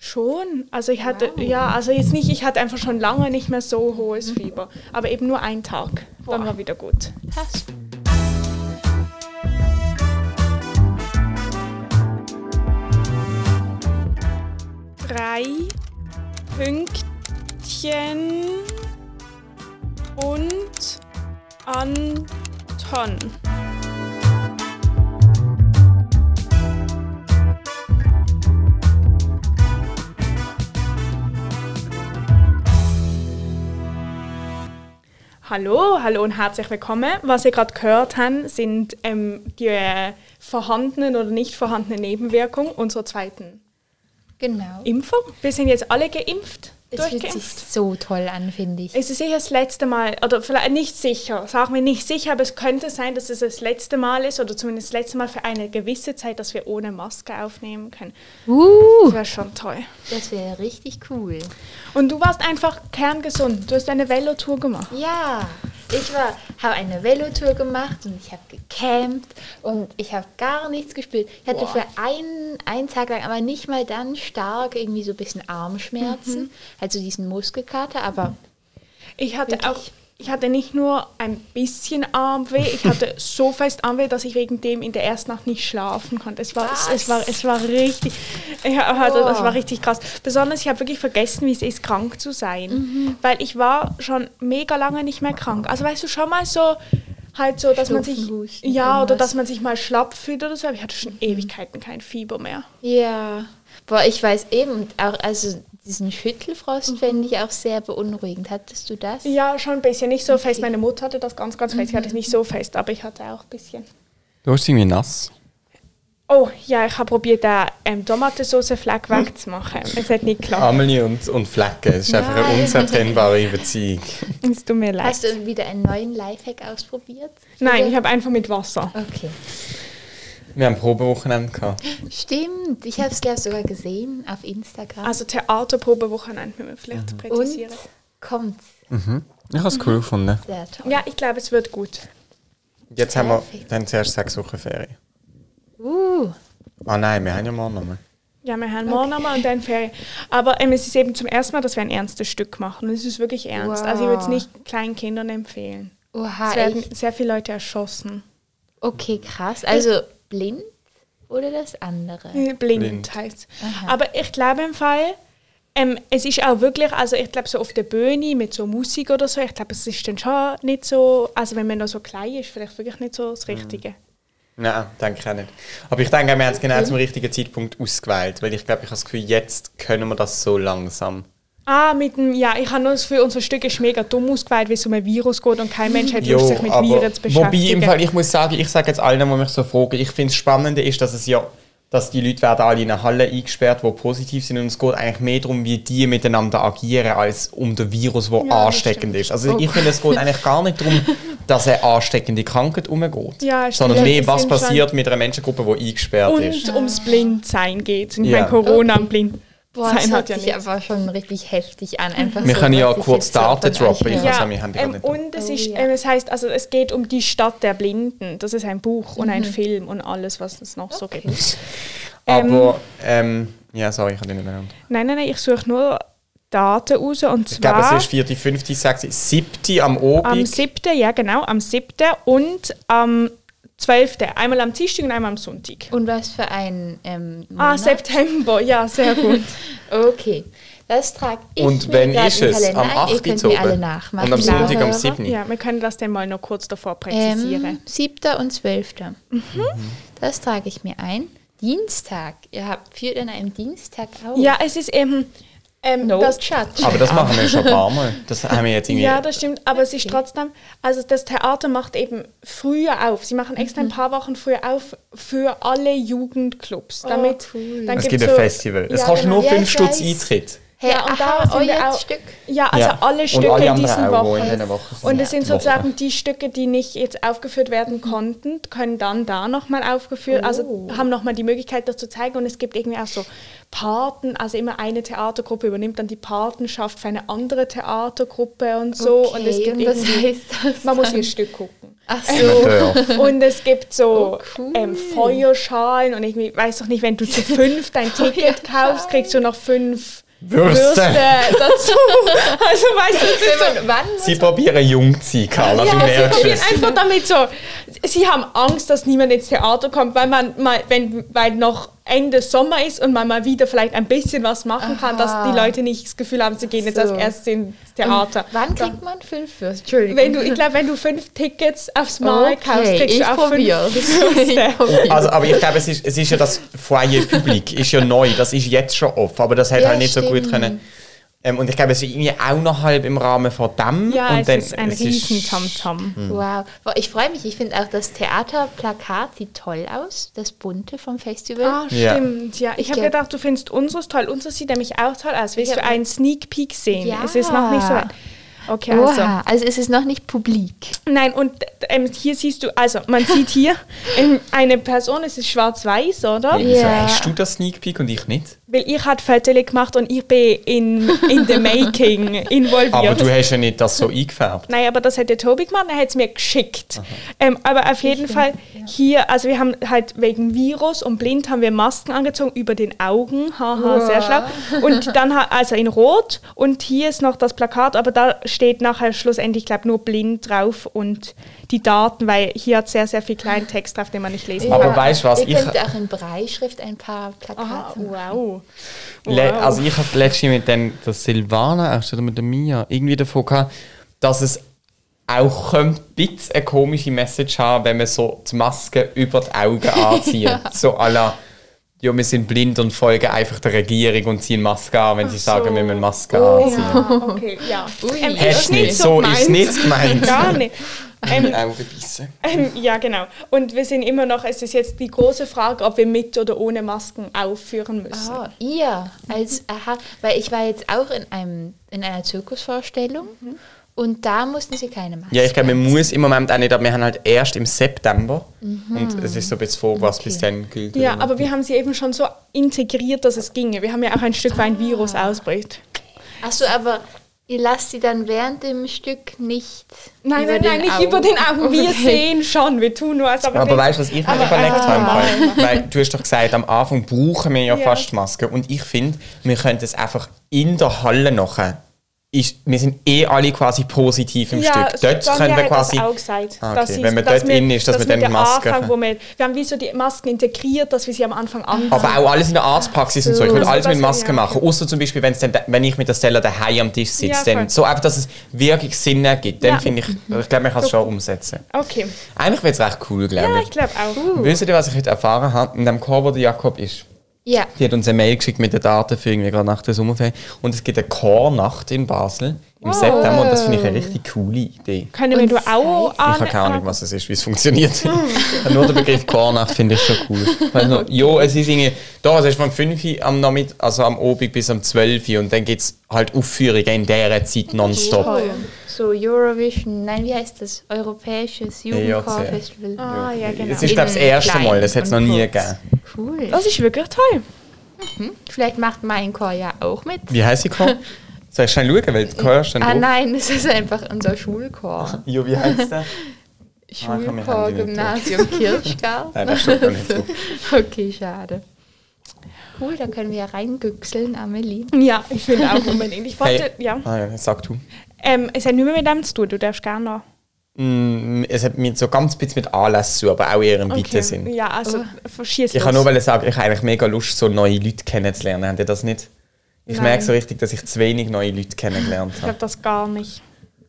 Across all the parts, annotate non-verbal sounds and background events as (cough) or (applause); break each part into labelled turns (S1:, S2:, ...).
S1: Schon. Also ich hatte, ja, also jetzt nicht, ich hatte einfach schon lange nicht mehr so hohes Fieber. Aber eben nur einen Tag. Dann war wieder gut.
S2: Krass.
S1: Drei Pünktchen und Anton. Hallo, hallo und herzlich willkommen. Was ihr gerade gehört habt, sind ähm, die äh, vorhandenen oder nicht vorhandenen Nebenwirkungen unserer zweiten
S2: Genau.
S1: Impfung. Wir sind jetzt alle geimpft,
S2: Das fühlt sich
S1: durchgeimpft.
S2: so toll an, finde ich.
S1: Es ist sicher das letzte Mal, oder vielleicht nicht sicher, sagen wir nicht sicher, aber es könnte sein, dass es das letzte Mal ist oder zumindest das letzte Mal für eine gewisse Zeit, dass wir ohne Maske aufnehmen können. Das
S2: Uh,
S1: wäre schon toll.
S2: das wäre richtig cool.
S1: Und du warst einfach kerngesund. Du hast eine Velotour gemacht.
S2: Ja, ich war, habe eine Velotour gemacht und ich habe gecampt und ich habe gar nichts gespielt. Ich hatte
S1: Boah.
S2: für einen, einen Tag lang, aber nicht mal dann stark irgendwie so ein bisschen Armschmerzen, also diesen Muskelkater, aber
S1: Ich hatte
S2: Wirklich?
S1: auch, ich hatte nicht nur ein bisschen Armweh, ich
S2: (laughs)
S1: hatte so fest Armweh, dass ich wegen dem in der ersten Nacht nicht schlafen konnte. Es war, es, es war, es war richtig, ich hatte, das
S2: Boah.
S1: war richtig krass. Besonders, ich habe wirklich vergessen, wie es ist, krank zu sein,
S2: Mhm.
S1: weil ich war schon mega lange nicht mehr krank. Also weißt du, schon mal so halt so, dass man sich,
S2: Schnupfen, Husten,
S1: ja, oder
S2: irgendwas. Mhm.
S1: dass man sich mal schlapp fühlt oder so. Aber ich hatte schon Ewigkeiten kein Fieber mehr.
S2: ja. Boah, ich weiß eben, und auch, also diesen Schüttelfrost fände ich auch sehr beunruhigend. Hattest du das?
S1: Ja, schon ein bisschen, nicht so fest. Meine Mutter hatte das ganz, ganz fest. Ich
S2: Mhm.
S1: hatte es nicht so fest, aber ich hatte auch ein bisschen.
S3: Du hast irgendwie nass.
S1: Oh, ja, ich habe probiert, den ähm, Tomatensauce-Fleck wegzumachen. Es hat nicht geklappt.
S3: Ameli und, und Flecken. Es ist einfach eine unzertrennbare Beziehung.
S1: Es tut mir leid.
S2: Hast du wieder einen neuen Lifehack ausprobiert?
S1: Nein, ich habe einfach mit Wasser.
S2: Okay.
S3: Wir haben Probewochenende gehabt.
S2: Stimmt, ich habe es glaube sogar gesehen auf Instagram.
S1: Also Theaterprobewoche nennt man vielleicht präzisieren.
S2: und kommt
S3: Ich habe es cool gefunden.
S2: sehr toll.
S1: Ja, ich glaube, es wird gut.
S3: Jetzt haben wir dann zuerst sechs Wochen Ferien.
S2: Uh,
S3: Ah nein, wir haben ja morgen nochmal.
S1: Ja, wir haben morgen nochmal und dann Ferien. Aber ähm, es ist eben zum ersten Mal, dass wir ein ernstes Stück machen. Und es ist wirklich ernst. Also ich würde es
S2: Wow.
S1: nicht kleinen Kindern empfehlen.
S2: oha,
S1: Es werden
S2: echt?
S1: sehr viele Leute erschossen.
S2: Okay, krass. Also blind oder das andere?
S1: Blind, Äh, Blind.
S3: Blind.
S1: heißt Aber ich glaube im Fall, ähm, es ist auch wirklich, also ich glaube so auf der Bühne mit so Musik oder so, ich glaube es ist dann schon nicht so, also wenn man noch so klein ist, vielleicht wirklich nicht so das
S3: Mhm.
S1: Richtige.
S3: Nein, denke ich auch nicht. Aber ich denke, wir haben es genau zum richtigen Zeitpunkt ausgewählt, weil ich glaube, ich habe das Gefühl, jetzt können wir das so langsam.
S1: Ah, mit dem, ja, ich habe nur das Gefühl, unser Stück ist mega dumm ausgewählt, weil es um ein Virus geht und kein Mensch hat Lust, sich mit Viren zu
S3: wobei
S1: beschäftigen.
S3: im Fall, ich muss sagen, ich sage jetzt allen, die mich so fragen, ich finde das Spannende ist, dass es ja, dass die Leute werden alle in eine Halle eingesperrt, die positiv sind und es geht eigentlich mehr darum, wie die miteinander agieren, als um den Virus, der
S1: das Oh.
S3: ansteckend ist. Also ich finde,
S1: (laughs)
S3: es geht eigentlich gar nicht darum, dass eine ansteckende Krankheit umgeht,
S1: Ja, stimmt.
S3: sondern
S1: Ja,
S3: mehr,
S1: das
S3: was
S1: sind schon-
S3: passiert mit einer Menschengruppe, die eingesperrt ist.
S1: und ähm, ums Blindsein geht. Und ich
S3: Ja.
S1: meine, Corona
S2: Okay.
S1: am Blindsein
S2: Boah, das
S1: hat
S2: hört
S1: ja
S2: sich
S1: nicht.
S2: aber schon richtig
S1: (laughs)
S2: heftig an. Einfach
S3: Wir
S2: so,
S3: können ja
S2: was ich
S3: kurz
S2: jetzt so
S3: Daten
S2: von euch
S3: droppen. Ich
S2: höre.
S3: weiß auch, wir haben die gar
S1: ähm,
S3: nicht.
S1: und es
S2: Oh,
S1: ist,
S2: ja.
S1: ähm, es heißt, also es geht um die Stadt der Blinden. Das ist ein Buch und
S2: Mhm.
S1: ein Film und alles, was es noch so gibt.
S3: Aber, ähm, ja, sorry, ich habe nicht mehr
S1: Nein, nein, nein, ich suche nur Daten raus und
S3: Ich glaube, es
S1: zwar
S3: ist vierte, fünfte, sechste, siebte am Obig.
S1: am 7., ja genau, am 7. und am 12. Einmal am Dienstag und einmal am Sonntag.
S2: Und was für ein ähm,
S1: Ah,
S2: Monat?
S1: September, ja,
S3: (laughs)
S1: sehr gut.
S2: Okay, das trage ich
S3: Und
S2: mir
S3: wenn
S2: grad
S3: ist
S2: im
S3: es?
S2: Kalender
S3: Am
S2: ein.
S3: 8.
S2: Ihr könnt
S3: Oktober.
S2: mir alle nachmachen.
S3: Und am
S2: liebe
S3: Sonntag am
S2: Hörer.
S3: 7.
S1: ja, wir können das dann mal noch kurz davor präzisieren.
S2: Ähm, 7. und 12.
S1: Mhm.
S2: Das trage ich mir ein. Dienstag. Ihr habt viel an einem Dienstag auch.
S1: Ja, es ist eben ähm,
S2: No
S1: das
S2: judge.
S3: Aber das machen wir schon (laughs) ein paar Mal. Das haben wir jetzt irgendwie.
S1: Ja, das stimmt, aber es ist trotzdem, also das Theater macht eben früher auf. Sie machen extra
S2: Mhm.
S1: ein paar Wochen früher auf für alle Jugendclubs, damit
S2: Oh, cool.
S1: dann
S3: es gibt ein
S1: so-
S3: Festival. es
S1: Ja,
S3: kostet
S1: genau.
S3: nur
S2: Ja,
S3: 5
S2: ich
S3: Stutz
S2: weiß.
S3: Eintritt.
S2: Hey,
S1: ja, und
S2: aha,
S1: da sind
S2: euer
S1: wir auch,
S2: Stück.
S1: Ja, also
S3: Ja.
S1: alle
S3: Und
S1: Stücke
S3: alle
S1: in
S3: anderen
S1: diesen
S3: auch, die in
S1: Wochen.
S3: diesen Wochen sind.
S1: und es sind
S3: Ja.
S1: sozusagen die Stücke, die nicht jetzt aufgeführt werden
S2: Oh.
S1: konnten, können dann da nochmal aufgeführt, also haben nochmal die Möglichkeit, das zu zeigen. Und es gibt irgendwie auch so Paten, also immer eine Theatergruppe übernimmt dann die Patenschaft für eine andere Theatergruppe und so.
S2: Okay,
S1: und es gibt
S2: und
S1: (laughs)
S2: was
S1: irgendwie-
S2: heißt das
S1: Man muss
S2: dann?
S1: ihr Stück gucken.
S2: Ach so.
S1: Und es gibt so
S2: Oh, cool.
S1: ähm, Feuerschalen und irgendwie, weiß doch nicht, wenn du
S2: (laughs)
S1: zu fünf dein Ticket kaufst, kriegst du noch fünf
S3: Würste.
S1: dazu. (laughs) Also weißt du, das ist so,
S2: Wann muss
S3: Sie probieren jung zu sein, Carla, du
S1: ja, sie
S3: merkst
S1: probieren
S3: es.
S1: einfach damit so. Sie haben Angst, dass niemand ins Theater kommt, weil man mal, wenn weil noch Ende Sommer ist und man mal wieder vielleicht ein bisschen was machen kann, dass
S2: Aha.
S1: die Leute nicht das Gefühl haben, sie gehen jetzt
S2: So.
S1: als erstes ins Theater.
S2: Wann
S1: So.
S2: kriegt man fünf Würste? Entschuldigung.
S1: wenn
S2: (laughs)
S1: du, ich glaube, wenn du fünf Tickets aufs Mal kaufst, kriegst
S2: ich
S1: du auch
S2: probiere.
S1: fünf.
S2: (laughs)
S1: Würste.
S3: Also, aber ich glaube, es ist, es ist ja das freie Publik, ist ja neu, das ist jetzt schon offen, aber das hätte
S2: Ja,
S3: halt nicht so gut
S2: stimmt.
S3: können. Ähm, und ich glaube, es ist irgendwie auch noch halb im Rahmen von dem.
S1: Ja,
S3: und
S1: es
S3: dann,
S1: ist ein
S3: es
S1: riesen Tamtam.
S2: Wow, Boah, ich freue mich. Ich finde auch das Theaterplakat sieht toll aus, das bunte vom Festival.
S1: Ah,
S3: Ja.
S1: stimmt. Ja, ich habe
S2: glaub-
S1: gedacht, du findest unseres toll. Unseres sieht nämlich auch toll aus. Willst
S2: Ich
S1: du
S2: hab-
S1: einen Sneak Peek sehen?
S2: Ja.
S1: Es ist noch nicht so weit. Okay, also.
S2: Oha, also es ist noch nicht publik.
S1: Nein, und ähm, hier siehst du, also man sieht hier in eine Person, es ist schwarz-weiß, oder?
S3: Wieso
S2: Ja.
S3: hast du das Sneak Peek und ich nicht?
S1: Weil ich hat Fotos gemacht und ich bin in, in the making involviert.
S3: Aber du hast ja nicht das so eingefärbt.
S1: Nein, aber das hat der Tobi gemacht, er hat es mir geschickt. Ähm, aber auf jeden Fall hier, also wir haben halt wegen Virus und blind haben wir Masken angezogen über den Augen, haha, sehr schlau. Und dann, ha- also in Rot und hier ist noch das Plakat, aber da steht nachher schlussendlich, ich glaube, nur blind drauf und die Daten, weil hier hat sehr, sehr viel kleinen Text drauf, den man nicht lesen
S3: Aber
S1: kann.
S3: weißt du was,
S2: Ihr
S3: ich-
S2: könnt auch in Breischrift ein paar Plakate machen.
S1: wow.
S3: Le also ich habe letztens mit den, der Silvana, erst oder mit der Mia, irgendwie davon gehabt, dass es auch könnte ein bisschen eine komische Message haben, wenn man so die Maske über die
S1: (laughs)
S3: Augen anzieht. So à la, ja, wir sind blind und folgen einfach der Regierung und ziehen Maske an, wenn sie sagen, wir müssen Maske anziehen.
S1: Oh, ja, okay, ja.
S2: Ui.
S1: Ähm,
S2: Hätt's
S1: ist
S3: Hast nicht,
S1: nicht
S3: so ist es
S1: gemeint.
S3: nicht gemeint.
S1: Gar nicht. Ähm,
S3: Augen beißen.
S1: Ähm, ja, genau. Und wir sind immer noch, es ist jetzt die große Frage, ob wir mit oder ohne Masken aufführen müssen.
S2: Ah, ihr als aha, weil ich war jetzt auch in einem in einer Zirkusvorstellung
S1: Mhm.
S2: und da mussten sie keine Maske.
S3: Ja, ich glaube, man muss im Moment auch nicht, aber wir haben halt erst im September und es ist so ein bisschen vor, was bis dann gilt.
S1: Mhm. Ja,
S3: oder?
S1: aber wir haben sie eben schon so integriert, dass es ginge. Wir haben ja auch ein Stück, weil
S2: Ah.
S1: ein Virus ausbricht.
S2: Achso, aber ihr lasst sie dann während dem Stück nicht.
S1: Nein,
S2: über
S1: nein,
S2: den
S1: nein, nicht
S2: Augen.
S1: über den Augen. Wir
S2: Okay.
S1: sehen schon, wir tun nur als ob
S3: Aber weißt du, was ich mir überlegt habe? im Fall? Weil du hast doch gesagt, am Anfang brauchen wir ja,
S1: Ja.
S3: fast Masken. Und ich finde, wir könnten es einfach in der Halle machen. Ist, wir sind eh alle quasi positiv im
S1: ja,
S3: Stück. Dort
S1: Sonja
S3: können wir
S1: hat
S3: quasi.
S1: Das auch gesagt,
S3: Ah,
S1: dass
S3: okay.
S1: sie-
S3: Wenn man
S1: dass
S3: dort
S1: wir-
S3: innen ist, dass wir dann
S1: den
S3: Masken-
S1: Anfang, wo wir, wir haben wie so die Masken integriert, dass wir sie am Anfang
S2: Ah.
S1: anziehen.
S3: Aber auch alles in der Arztpraxis und so. Ich
S2: So.
S3: würde alles
S1: Also das-
S3: mit Maske
S1: ja.
S3: machen. Außer zum Beispiel, wenn's dann, wenn ich mit der Stella daheim am Tisch
S1: Ja,
S3: sitze.
S1: voll.
S3: dann so einfach, dass es wirklich Sinn ergibt. Dann
S1: Ja.
S3: finde ich, ich glaube, man kann es schon umsetzen.
S1: Okay.
S3: Eigentlich wäre es recht cool, glaube
S1: Ja,
S3: ich.
S1: ich glaube auch.
S3: Wisst ihr, was ich heute erfahren habe? In dem Chor, wo der Jakob ist.
S2: Ja.
S3: Die hat uns eine Mail geschickt mit den Daten für irgendwie gerade nach der Sommerferien. Und es gibt eine Chornacht in Basel
S2: Ah.
S3: im September und das finde ich eine richtig coole Idee.
S1: Können wir
S2: Und
S1: du auch
S2: Salz?
S3: Ich habe keine
S2: ah.
S3: Ahnung, was es ist, wie
S2: (laughs)
S3: es funktioniert. (laughs) Nur der Begriff Chornacht finde ich schon cool. Weil noch, ja, es ist irgendwie, da es ist von 5 Uhr am Nachmittag, also am Abend bis am 12 Uhr und dann gibt es halt Aufführungen in dieser Zeit nonstop.
S2: Toll. So Eurovision, nein, wie heißt das? Europäisches Jugendchorfestival.
S1: Ah, ja, genau.
S3: Es ist, glaube ich, das
S2: Innen
S3: erste
S2: klein
S3: Mal, das hat es noch
S2: und
S3: nie
S2: kurz.
S3: gegeben.
S2: Cool.
S1: Das ist wirklich toll.
S2: Vielleicht macht mein Chor ja auch mit.
S3: Wie heißt
S2: (laughs)
S3: die Chor? Soll ich schnell schauen, weil du hörst dann
S2: Ah
S3: drauf.
S2: nein, das ist einfach unser Schulchor.
S3: Jo, wie
S2: (laughs)
S3: heißt der? Ah, komm, wir
S2: Schulchor
S3: haben die nicht
S2: Gymnasium Kirchgarten.
S3: (laughs) Nein, das stimmt doch nicht.
S2: (laughs) Okay, schade. Cool, dann können wir ja reingüchseln, Amelie.
S1: Ja, ich finde auch unbedingt. Ich wollte,
S3: Hey.
S1: ja.
S3: Ah, ja, sag du.
S1: Ähm, es hat nicht mehr mit dem zu tun, du darfst gerne noch.
S3: Mm, Es hat mir so ganz bisschen mit Anlass zu, aber auch eher im weiten Sinn.
S1: Ja, also
S2: Oh.
S1: verschieß
S3: Ich kann nur wollen sagen, ich habe eigentlich mega Lust, so neue Leute kennenzulernen. Habt ihr das nicht? Ich
S1: Nein.
S3: merke so richtig, dass ich zu wenig neue Leute kennengelernt
S1: Ich (laughs)
S3: habe.
S1: glaube das gar nicht.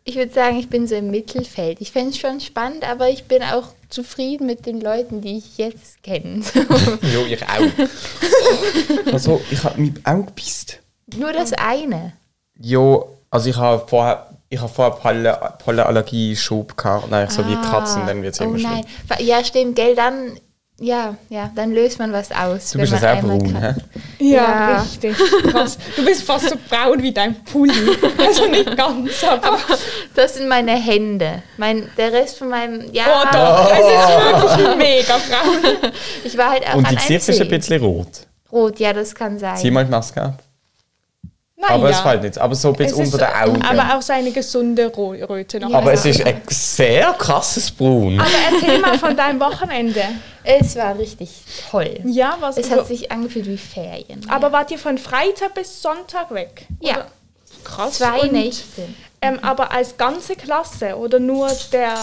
S2: Ich würde sagen, ich bin so im Mittelfeld. Ich fände es schon spannend, aber ich bin auch zufrieden mit den Leuten, die ich jetzt kenne. (laughs)
S3: jo, ich auch. (laughs) also, ich habe mich auch gepisst.
S2: Nur das eine.
S3: Jo, also ich habe vorher... Ich habe vorher Pollen- Pollenallergie-Schub gehabt. Nein, so wie Katzen, dann wird es
S2: Oh
S3: immer schlimm.
S2: nein. Fa- Ja, stimmt, gell, dann, ja, ja, dann löst man was aus.
S3: Du bist ja
S2: man
S3: selber
S2: einmal
S3: braun,
S2: krank-
S3: hä?
S1: Ja,
S2: Ja.
S1: richtig. Krass. Du bist fast so braun wie dein Pulli. Also nicht ganz, aber.
S3: (laughs)
S2: Das sind meine Hände. Mein, der Rest von meinem,
S1: Oh,
S2: ja,
S1: doch, es ist wirklich mega braun.
S2: ich war halt auch
S3: Und
S2: an
S3: die
S2: einem
S3: Gesicht ist ein
S2: See.
S3: bisschen rot.
S2: Rot, ja, das kann sein.
S3: Zieh mal die Maske ab.
S1: Nein,
S3: aber
S1: Ah, ja.
S3: es fällt nicht. Aber so ein
S1: Es
S3: bisschen
S1: ist
S3: unter den
S1: so-
S3: Augen.
S1: Aber auch so eine gesunde Ro- Röte noch.
S3: Aber
S2: Ja.
S3: es ist ein sehr krasses Braun.
S1: Aber erzähl mal von deinem Wochenende.
S2: Es war richtig toll.
S1: Ja, was?
S2: Es hat sich angefühlt wie Ferien.
S1: aber wart ihr von Freitag bis Sonntag weg?
S2: ja,
S1: Oder? Krass.
S2: zwei
S1: und,
S2: Nächte.
S1: Ähm, aber als ganze Klasse oder nur der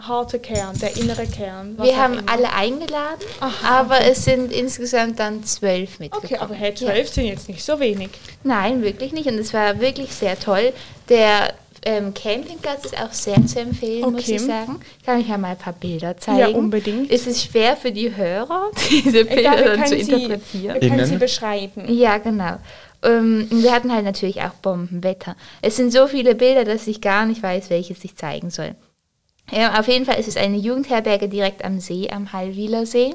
S1: harte Kern, der innere Kern? was
S2: Wir
S1: auch
S2: haben
S1: immer?
S2: alle eingeladen, aber es sind insgesamt dann zwölf mitgekommen.
S1: Okay, aber hey,
S2: Ja.
S1: 12 sind jetzt nicht so
S2: (laughs)
S1: wenig.
S2: Nein, wirklich nicht. Und es war wirklich sehr toll. Der ähm, Campingplatz ist auch sehr zu empfehlen, muss
S1: Okay.
S2: ich sagen. Kann ich ja mal ein paar Bilder zeigen.
S1: unbedingt.
S2: Es ist schwer für die Hörer, (laughs) diese
S1: Egal, wir
S2: Bilder dann zu
S1: können, sie,
S2: interpretieren.
S1: wir können sie
S3: Innen.
S1: beschreiben.
S2: Ja, genau. Ähm, und wir hatten halt natürlich auch Bombenwetter. Es sind so viele Bilder, dass ich gar nicht weiß, welches ich zeigen soll. Ähm, auf jeden Fall ist es eine Jugendherberge direkt am See, am Halwiler See.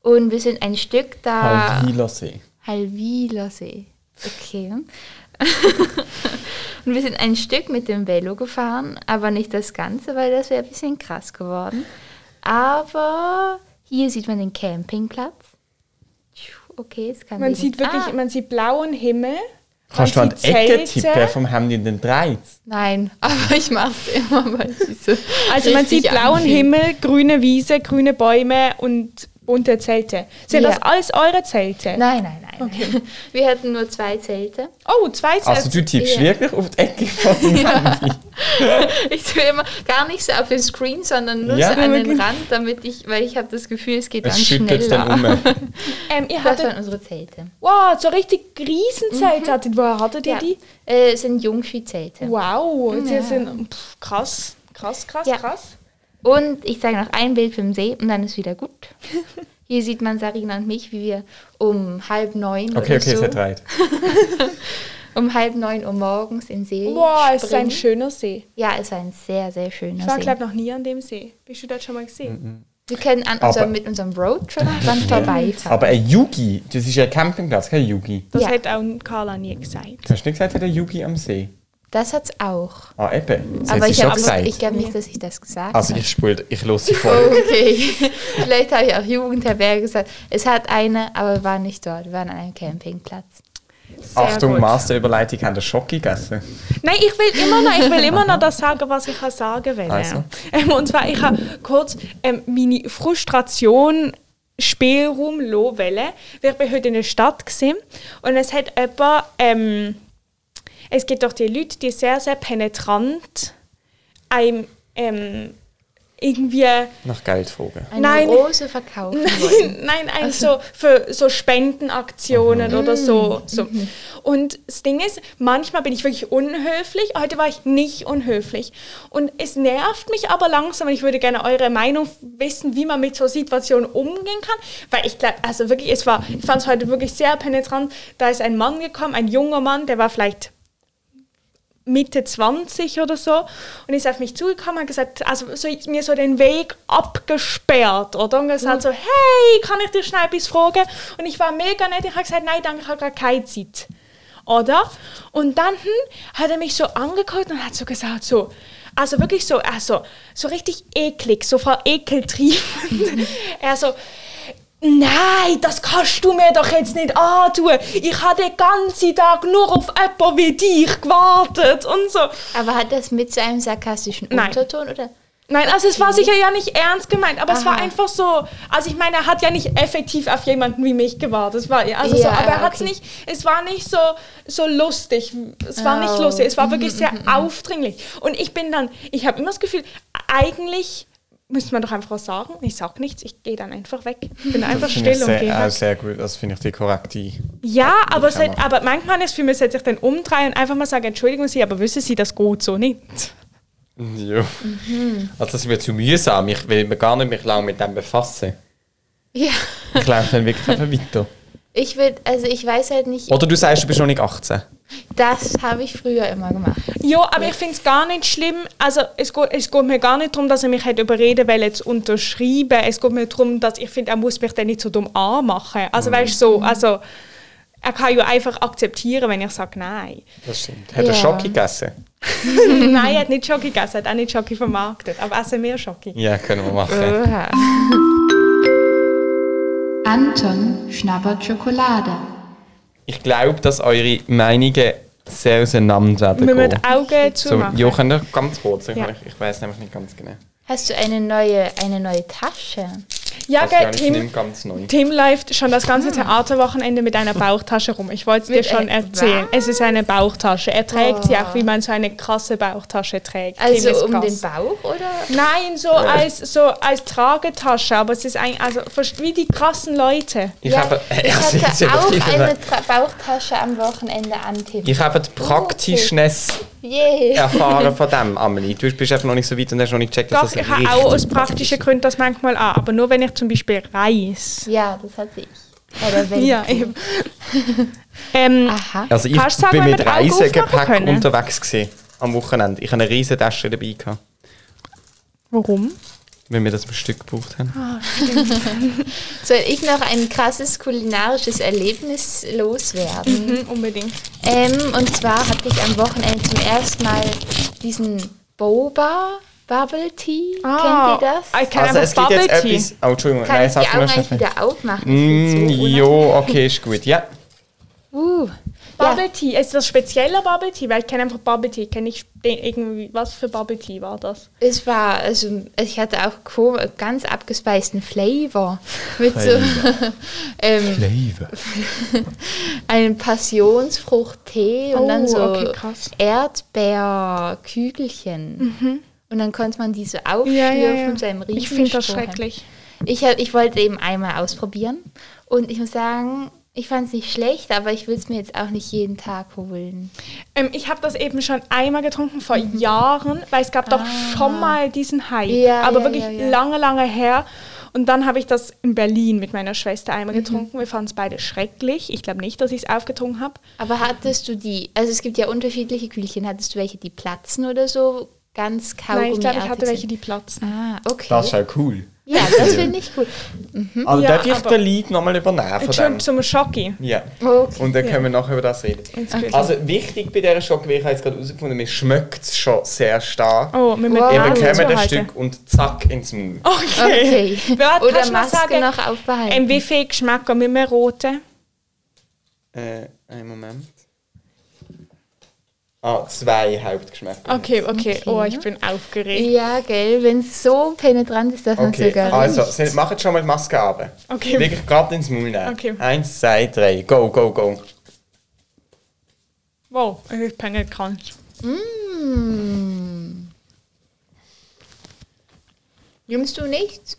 S2: Und wir sind ein Stück da.
S3: Halwilersee.
S2: Halwiler See. Okay. (laughs) und wir sind ein Stück mit dem Velo gefahren, aber nicht das Ganze, weil das wäre ein bisschen krass geworden. Aber hier sieht man den Campingplatz. Okay, es kann
S1: Man
S2: wegen-
S1: sieht wirklich,
S2: Ah,
S1: man sieht blauen Himmel.
S3: Kannst du an
S1: sieht
S3: die Ecke
S1: Zelte.
S3: tippen vom Handy in den Dreiz?
S2: Nein, (laughs) aber ich mache es immer, weil sie so
S1: Also man sieht
S2: richtig
S1: blauen
S2: anfühlt.
S1: Himmel, grüne Wiese, grüne Bäume und bunte Zelte. Sind
S2: Ja.
S1: das alles eure Zelte?
S2: Nein, nein, nein. nein. (laughs) Wir hatten nur zwei Zelte. (laughs)
S1: Oh, zwei Zelte.
S3: Also du tippst
S2: Ja.
S3: wirklich auf die Ecke von
S2: (laughs)
S3: dem Handy.
S2: Ich tue immer gar nicht so auf den Screen, sondern nur
S3: Ja.
S2: so an den Rand, damit ich, weil ich habe das Gefühl, es geht dann
S3: Es schüttelt
S2: schneller.
S3: dann um.
S1: ähm,
S2: (laughs)
S1: ihr
S2: Das
S1: hattet,
S2: waren unsere Zelte.
S1: wow, so richtig Riesenzelte hattet. Woher hattet ihr
S2: Mhm. Ja.
S1: die?
S2: Äh, es sind Jungvieh-Zelte.
S1: Wow, die sind pff, krass, krass, krass,
S2: Ja.
S1: krass.
S2: Und ich zeige noch ein Bild vom See und dann ist
S1: (laughs)
S2: wieder gut. Hier sieht man Sarina und mich, wie wir um halb neun
S3: Okay,
S2: oder
S3: okay, es
S2: so,
S3: hat reit.
S2: um halb neun Uhr morgens in den See.
S1: Wow, es ist
S2: springen.
S1: ein schöner See.
S2: Ja, es war ein sehr, sehr schöner
S1: Ich war,
S2: See.
S1: glaube noch nie an dem See. Bist du dort schon mal gesehen?
S2: Wir können an
S3: Aber-
S2: unserem, mit unserem Roadtrip
S3: (laughs)
S2: dann vorbeifahren.
S3: Aber ein Yugi, das ist ja ein Campingplatz, kein Yugi.
S1: Das
S2: Ja.
S1: hätte auch Carla nie gesagt.
S3: Hast du nicht gesagt, hat ein Yugi am See?
S2: Das hat's auch.
S3: Ah, eben. Das
S2: Aber
S3: hat sie
S2: ich,
S3: schon
S2: hab-
S3: gesagt.
S2: ich glaube nicht, dass ich das gesagt
S3: also
S2: habe.
S3: ich spule, ich los die Folge.
S2: Okay, (laughs) vielleicht habe ich auch Jugendherberge gesagt. Es hat eine, aber war nicht dort. Wir waren an einem Campingplatz.
S1: Sehr
S3: Achtung,
S1: gut.
S3: Masterüberleitung, haben den Schock gegessen.
S1: (laughs) Nein, ich will immer noch, ich will immer noch das sagen, was ich sagen will.
S3: Also.
S1: Ähm, und zwar, ich habe kurz ähm, meine Frustration Spielraum lowelle. Ich bin heute in der Stadt gewesen, und es hat jemand, ähm, es gibt doch die Leute, die sehr, sehr penetrant einem ähm, irgendwie
S3: Nach Geld fragen.
S2: Eine
S1: Nein.
S2: Rose verkaufen
S1: (laughs)
S2: wollen.
S1: Nein, ein so für so Spendenaktionen oder so, so. Und das Ding ist, manchmal bin ich wirklich unhöflich, heute war ich nicht unhöflich. Und es nervt mich aber langsam, und ich würde gerne eure Meinung wissen, wie man mit so Situationen umgehen kann, weil ich glaube, also wirklich, es war, ich fand es heute wirklich sehr penetrant. Da ist ein Mann gekommen, ein junger Mann, der war vielleicht Mitte 20 oder so und ist auf mich zugekommen und gesagt, also so, mir so den Weg abgesperrt, oder? Und gesagt so, hey, kann ich dir schnell etwas fragen? Und ich war mega nett, ich habe gesagt, nein, danke, ich habe gerade keine Zeit, oder? Und dann hm, hat er mich so angeguckt und hat so gesagt, so, also wirklich so, also so richtig eklig, so vor Ekel triefend. er so, Nein, das kannst du mir doch jetzt nicht antun. Ich habe den ganzen Tag nur auf jemanden wie dich gewartet und so.
S2: Aber hat das mit so einem sarkastischen
S1: Nein.
S2: Unterton oder?
S1: Nein, also es war sicher ja nicht ernst gemeint, aber es war
S2: Aha.
S1: einfach so. Also ich meine, er hat ja nicht effektiv auf jemanden wie mich gewartet. Es war ja, also so,
S2: Ja,
S1: aber er hat's
S2: okay.
S1: nicht. Es war nicht so so lustig. Es war nicht
S2: Oh.
S1: lustig. Es war wirklich sehr aufdringlich. Und ich bin dann, ich habe immer das Gefühl, eigentlich müsste man doch einfach was sagen. Ich sag nichts. Ich gehe dann einfach weg. Ich bin einfach
S3: Das finde ich
S1: still und gehe
S3: sehr,
S1: weg.
S3: äh, sehr gut, das finde ich die korrekte.
S1: Ja, aber,
S3: ich
S1: seit-
S3: auch machen.
S1: aber manchmal ist für mich, sollte ich dann umdrehen und einfach mal sagen, Entschuldigung Sie, aber wissen Sie, das geht so
S3: (laughs)
S1: nicht.
S3: Ja.
S2: Mhm.
S3: Also das ist mir zu mühsam, ich will mich gar nicht mich lange mit dem befassen.
S2: Ja.
S3: Ich laufe dann wirklich einfach weiter.
S2: Ich würde, also ich weiß halt nicht,
S3: Oder du sagst, du bist noch nicht 18.
S2: das habe ich früher immer gemacht.
S1: Ja, aber ich finde es gar nicht schlimm. Also es geht, es geht mir gar nicht darum, dass er mich hätte überreden will, zu unterschreiben. Es geht mir darum, dass ich finde, er muss mich dann nicht so dumm anmachen.
S3: Mhm.
S1: Also weißt du, so, also er kann ja einfach akzeptieren, wenn ich sage nein.
S3: Das stimmt. Hat
S2: Ja.
S3: er Schock gegessen? Mhm.
S1: nein, er hat nicht Schoki gegessen, er hat auch nicht Schoki vermarktet, aber essen wir Schoki.
S3: Ja, können wir machen.
S2: Oha.
S4: Anton schnabbert Schokolade.
S3: Ich glaube, dass eure Meinungen sehr auseinander werden
S1: Wir müssen
S3: gehen.
S1: die Augen
S3: So,
S1: zumachen.
S3: Jo, könnt ihr ganz kurz, ich-
S1: Ja.
S3: ich, ich weiß nämlich nicht ganz genau.
S2: Hast du eine neue, eine neue Tasche?
S1: ja,
S3: Das Also, ja,
S1: gell,
S3: ich
S1: Tim,
S3: nehme ganz neu.
S1: Tim läuft schon das ganze Theaterwochenende mit einer Bauchtasche rum. Ich wollte es dir
S2: Mit e-
S1: schon
S2: einer-
S1: erzählen.
S2: Was?
S1: Es ist eine Bauchtasche. Er trägt sie auch, wie man so eine krasse Bauchtasche trägt. Tim ist
S2: Also um
S1: krass.
S2: den Bauch oder?
S1: Nein, so als, so als Tragetasche, aber es ist ein, also verst- wie die krassen Leute.
S3: Ich
S2: Ja,
S3: habe, (laughs)
S2: ich
S3: Also, jetzt
S2: hatte auch
S3: übertrieben.
S2: eine Tra Bauchtasche am Wochenende an, Tim.
S3: ich habe
S1: Oh,
S3: die Praktischness
S2: Yay.
S3: erfahren von dem, Amelie. Du bist einfach noch nicht so weit und hast noch nicht gecheckt, dass
S1: Doch,
S3: das
S1: ich habe
S3: richtig
S1: auch aus
S3: praktisch
S1: praktischen Gründen das manchmal an, aber nur wenn ich zum Beispiel reise.
S2: (laughs) Ja, das hatte ich. Oder wenn
S1: Ja, eben. ähm,
S2: Aha.
S3: Also ich
S1: Kannst du sagen,
S3: bin
S1: wenn
S3: mit
S1: wir die Augen aufmachen
S3: Reisegepäck
S1: können?
S3: unterwegs gewesen, am Wochenende. Ich habe eine riesige Tasche dabei gehabt,
S1: warum?
S3: weil wir das ein Stück gebraucht haben.
S2: Soll ich noch ein krasses kulinarisches Erlebnis loswerden?
S1: Mhm, unbedingt.
S2: Ähm, und zwar hatte ich am Wochenende zum ersten Mal diesen Boba Bubble Tea. Kennt ihr das?
S1: Ah, Ich kenne
S3: also es
S1: einfach
S3: gibt jetzt
S1: Bubble Tea.
S3: etwas. Oh, Entschuldigung,
S2: Kann
S3: nein,
S2: ich
S3: es
S2: die
S3: hat
S2: Augen
S3: mir
S2: eigentlich
S3: schon.
S2: wieder aufmachen?
S3: Mm,
S2: Das ist so
S3: jo, okay, ist gut. Ja,
S2: Uh,
S1: Bubble Tea, ist das spezieller Bubble Tea? Weil ich kenne einfach Bubble Tea. Kenne ich den- irgendwie, was für Bubble Tea war das?
S2: es war, also ich hatte auch ko- ganz abgespeisten Flavor mit so (laughs) ähm, (laughs) einem Passionsfruchttee und
S1: Oh,
S2: dann so
S1: okay, krass. Mhm.
S2: Erdbeerkügelchen. Und dann konnte man diese so aufschürfen mit seinem Riesenstrohhalm.
S1: Ich finde das schrecklich.
S2: Ich, hab- ich wollte eben einmal ausprobieren und ich muss sagen, ich fand es nicht schlecht, aber ich will es mir jetzt auch nicht jeden Tag holen.
S1: Ähm, ich habe das eben schon einmal getrunken vor Jahren, weil es gab doch schon mal diesen Hype,
S2: Mhm. Ah. Ja,
S1: aber
S2: ja,
S1: wirklich
S2: ja, ja.
S1: lange, lange her. Und dann habe ich das in Berlin mit meiner Schwester einmal
S2: Mhm.
S1: getrunken. Wir fanden es beide schrecklich. Ich glaube nicht, dass ich es aufgetrunken habe.
S2: Aber hattest du die, also es gibt ja unterschiedliche Kühlchen, hattest du welche, die platzen oder so? Ganz kaugummi
S1: Nein, ich glaube, ich hatte welche, die platzen.
S2: Ah, okay.
S3: das ist auch cool.
S2: ja, das finde ich cool.
S3: Also
S1: Mhm. Ja,
S3: darf ich
S1: aber-
S3: den Lead nochmal übernehmen von
S1: Entschuldigung,
S3: dem?
S1: zum Schocki.
S3: Ja.
S2: Okay.
S3: Und dann können wir nachher über das reden.
S1: Okay.
S3: Also wichtig bei dieser Schock, wie ich habe jetzt gerade herausgefunden, mir schmeckt es schon sehr stark.
S1: Oh, wir müssen
S2: Wow.
S1: die
S3: Ihr
S2: Ah,
S1: Nase
S3: bekommt ein
S1: zuhalten.
S3: Stück und zack ins Mund.
S1: Okay.
S2: Okay.
S1: (laughs) Wer- kannst
S2: Oder
S1: du noch
S2: Maske
S1: sagen,
S2: noch aufbehalten.
S1: Ähm, wie viel Geschmack haben wir mehr rote? Oh.
S3: Äh, einen Moment. Ah, zwei Hauptgeschmäcker.
S1: Okay, okay.
S2: Okay.
S1: Oh, ich bin aufgeregt.
S2: ja, gell, wenn es so penetrant ist, dass man es
S3: Okay,
S2: sogar
S3: also,
S2: riecht.
S3: se- macht schon mal die Maske ab.
S1: Ah, Okay.
S3: Wirklich gerade ins Maul nehmen.
S1: Okay.
S3: Eins, zwei, drei. Go, go, go.
S1: Wow, ich bin nicht krank.
S2: Nimmst du nichts?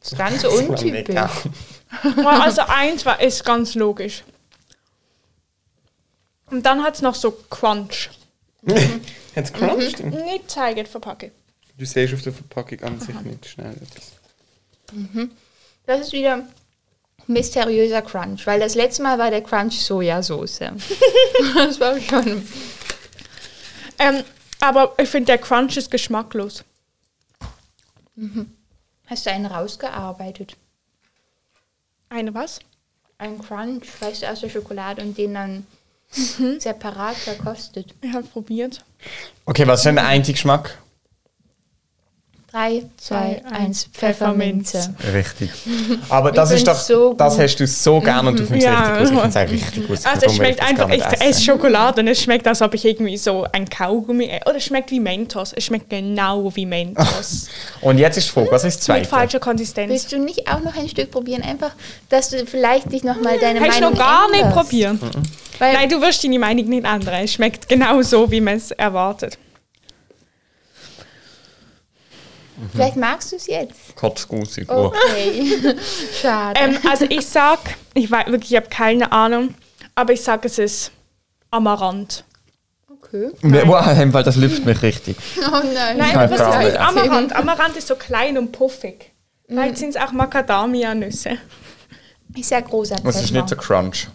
S2: Das ist
S3: (laughs)
S2: ganz
S3: Kann nicht, Ah.
S2: untypisch.
S3: ja.
S1: Ja, also eins war, ist ganz logisch. Und dann hat es noch so Crunch. Mhm.
S3: Jetzt crunched.
S1: Nicht zeigen, verpacken.
S3: Du siehst auf der Verpackung an sich nicht schnell etwas.
S2: Das ist wieder mysteriöser Crunch, weil das letzte Mal war der
S1: (laughs)
S2: Crunch Sojasauce. das war schon.
S1: Ähm, aber ich finde, der Crunch ist geschmacklos.
S2: Hast du einen rausgearbeitet?
S1: Eine was?
S2: Einen Crunch, weißt du, aus der Schokolade und den dann
S1: Mhm.
S2: separat verkostet.
S1: Ich habe probiert.
S3: Okay, was ist denn der einzige Geschmack?
S2: Drei, zwei,
S1: Drei,
S2: eins,
S1: eins,
S2: Pfefferminze.
S3: Richtig. Aber das ist doch,
S2: find's so gut.
S3: das hast du so gern und du findest
S1: Mhm. Ja.
S3: es richtig gut. Ich finde es auch richtig gut.
S1: Also
S3: Darum
S1: es
S3: will
S1: schmeckt
S3: das gar
S1: einfach, ich
S3: nicht
S1: esse
S3: essen.
S1: Schokolade und es schmeckt, als ob ich irgendwie so ein Kaugummi esse. Oder es schmeckt wie Mentos. Es schmeckt genau wie Mentos.
S3: Und jetzt ist die Frage, was ist das
S1: Mit
S3: (laughs) Zweite?
S1: falscher Konsistenz.
S2: Willst du nicht auch noch ein Stück probieren? Einfach, dass du vielleicht dich nochmal deine
S1: Kann Hm, ich
S2: Meinung
S1: noch gar nicht
S2: änderst.
S1: probieren.
S3: Mhm.
S2: Weil
S1: Nein, du wirst deine Meinung nicht ändern. Es schmeckt genau so, wie man es erwartet.
S2: Vielleicht magst du es jetzt.
S3: Kotzgusig.
S1: (laughs)
S3: Oh.
S2: Okay. Schade.
S1: Ähm, also ich sag, ich weiß wirklich, ich habe keine Ahnung, aber ich sag, es ist Amaranth.
S2: okay.
S3: Wow, weil das lüpft mich richtig.
S2: Oh nein.
S1: Nein,
S3: Keine
S1: aber das ist
S3: Ahnung.
S1: nicht Amaranth. Amaranth ist so klein und puffig.
S2: Mhm.
S1: Vielleicht sind es auch Macadamia-Nüsse.
S2: Ist ja großer
S3: Es ist nicht so crunch.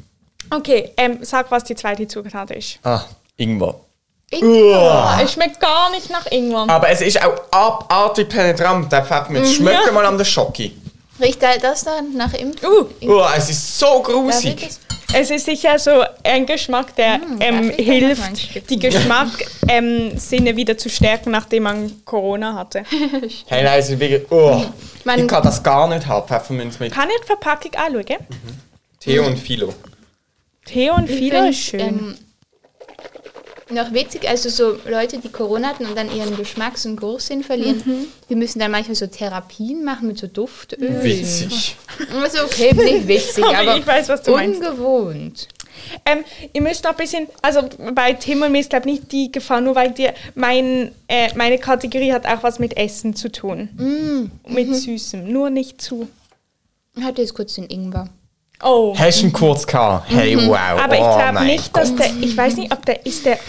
S1: Okay, ähm, sag, was die zweite Zutat ist.
S3: Ah, Ingwer.
S1: Ah, es schmeckt gar nicht nach
S2: Ah.
S1: Ingwer.
S3: Aber es ist auch abartig penetrant. Der Pfefferminz
S1: Mhm.
S3: schmeckt mal an der Schocke.
S2: Riecht da- das dann nach Impf?
S1: Uh,
S3: Oh, es ist so
S2: Da wird
S3: grusig.
S2: es-
S1: Es ist sicher so ein Geschmack, der ähm,
S2: Mm, darf ich da noch mal ein Stück?
S1: hilft, die Geschmacksinne ähm, Sinne wieder zu stärken, nachdem man Corona
S2: (laughs)
S1: hatte.
S3: Hey, nein, es ist wirklich. Oh,
S1: Hm.
S2: Man-
S3: ich kann das gar nicht haben. Pfefferminz mit
S1: Kann ich die Verpackung anschauen? gell?
S3: Tee und Philo.
S1: Theo und
S2: Ich
S1: Philo
S2: find,
S1: ist schön.
S2: ähm, noch witzig, also so Leute, die Corona hatten und dann ihren Geschmacks- und Geruchssinn verlieren,
S1: Mhm.
S2: die müssen dann manchmal so Therapien machen mit so Duftölen.
S3: Witzig.
S1: Hm.
S2: Also okay,
S1: (laughs)
S2: nicht witzig,
S1: Sorry,
S2: aber
S1: Oh, ich weiß, was du meinst.
S2: ungewohnt.
S1: Ähm, ihr müsst auch ein bisschen, also bei Tim und mir ist, glaube ich, nicht die Gefahr, nur weil dir mein, äh, meine Kategorie hat auch was mit Essen zu tun. Mit Süßem, nur nicht zu.
S2: Ich hatte jetzt kurz den Ingwer.
S1: Oh.
S3: Hast du ihn kurz gehabt? Hey, wow.
S1: Mhm. Aber ich
S3: oh,
S1: glaube
S3: mein
S1: nicht, dass der, ich weiß nicht, ob der, ist der,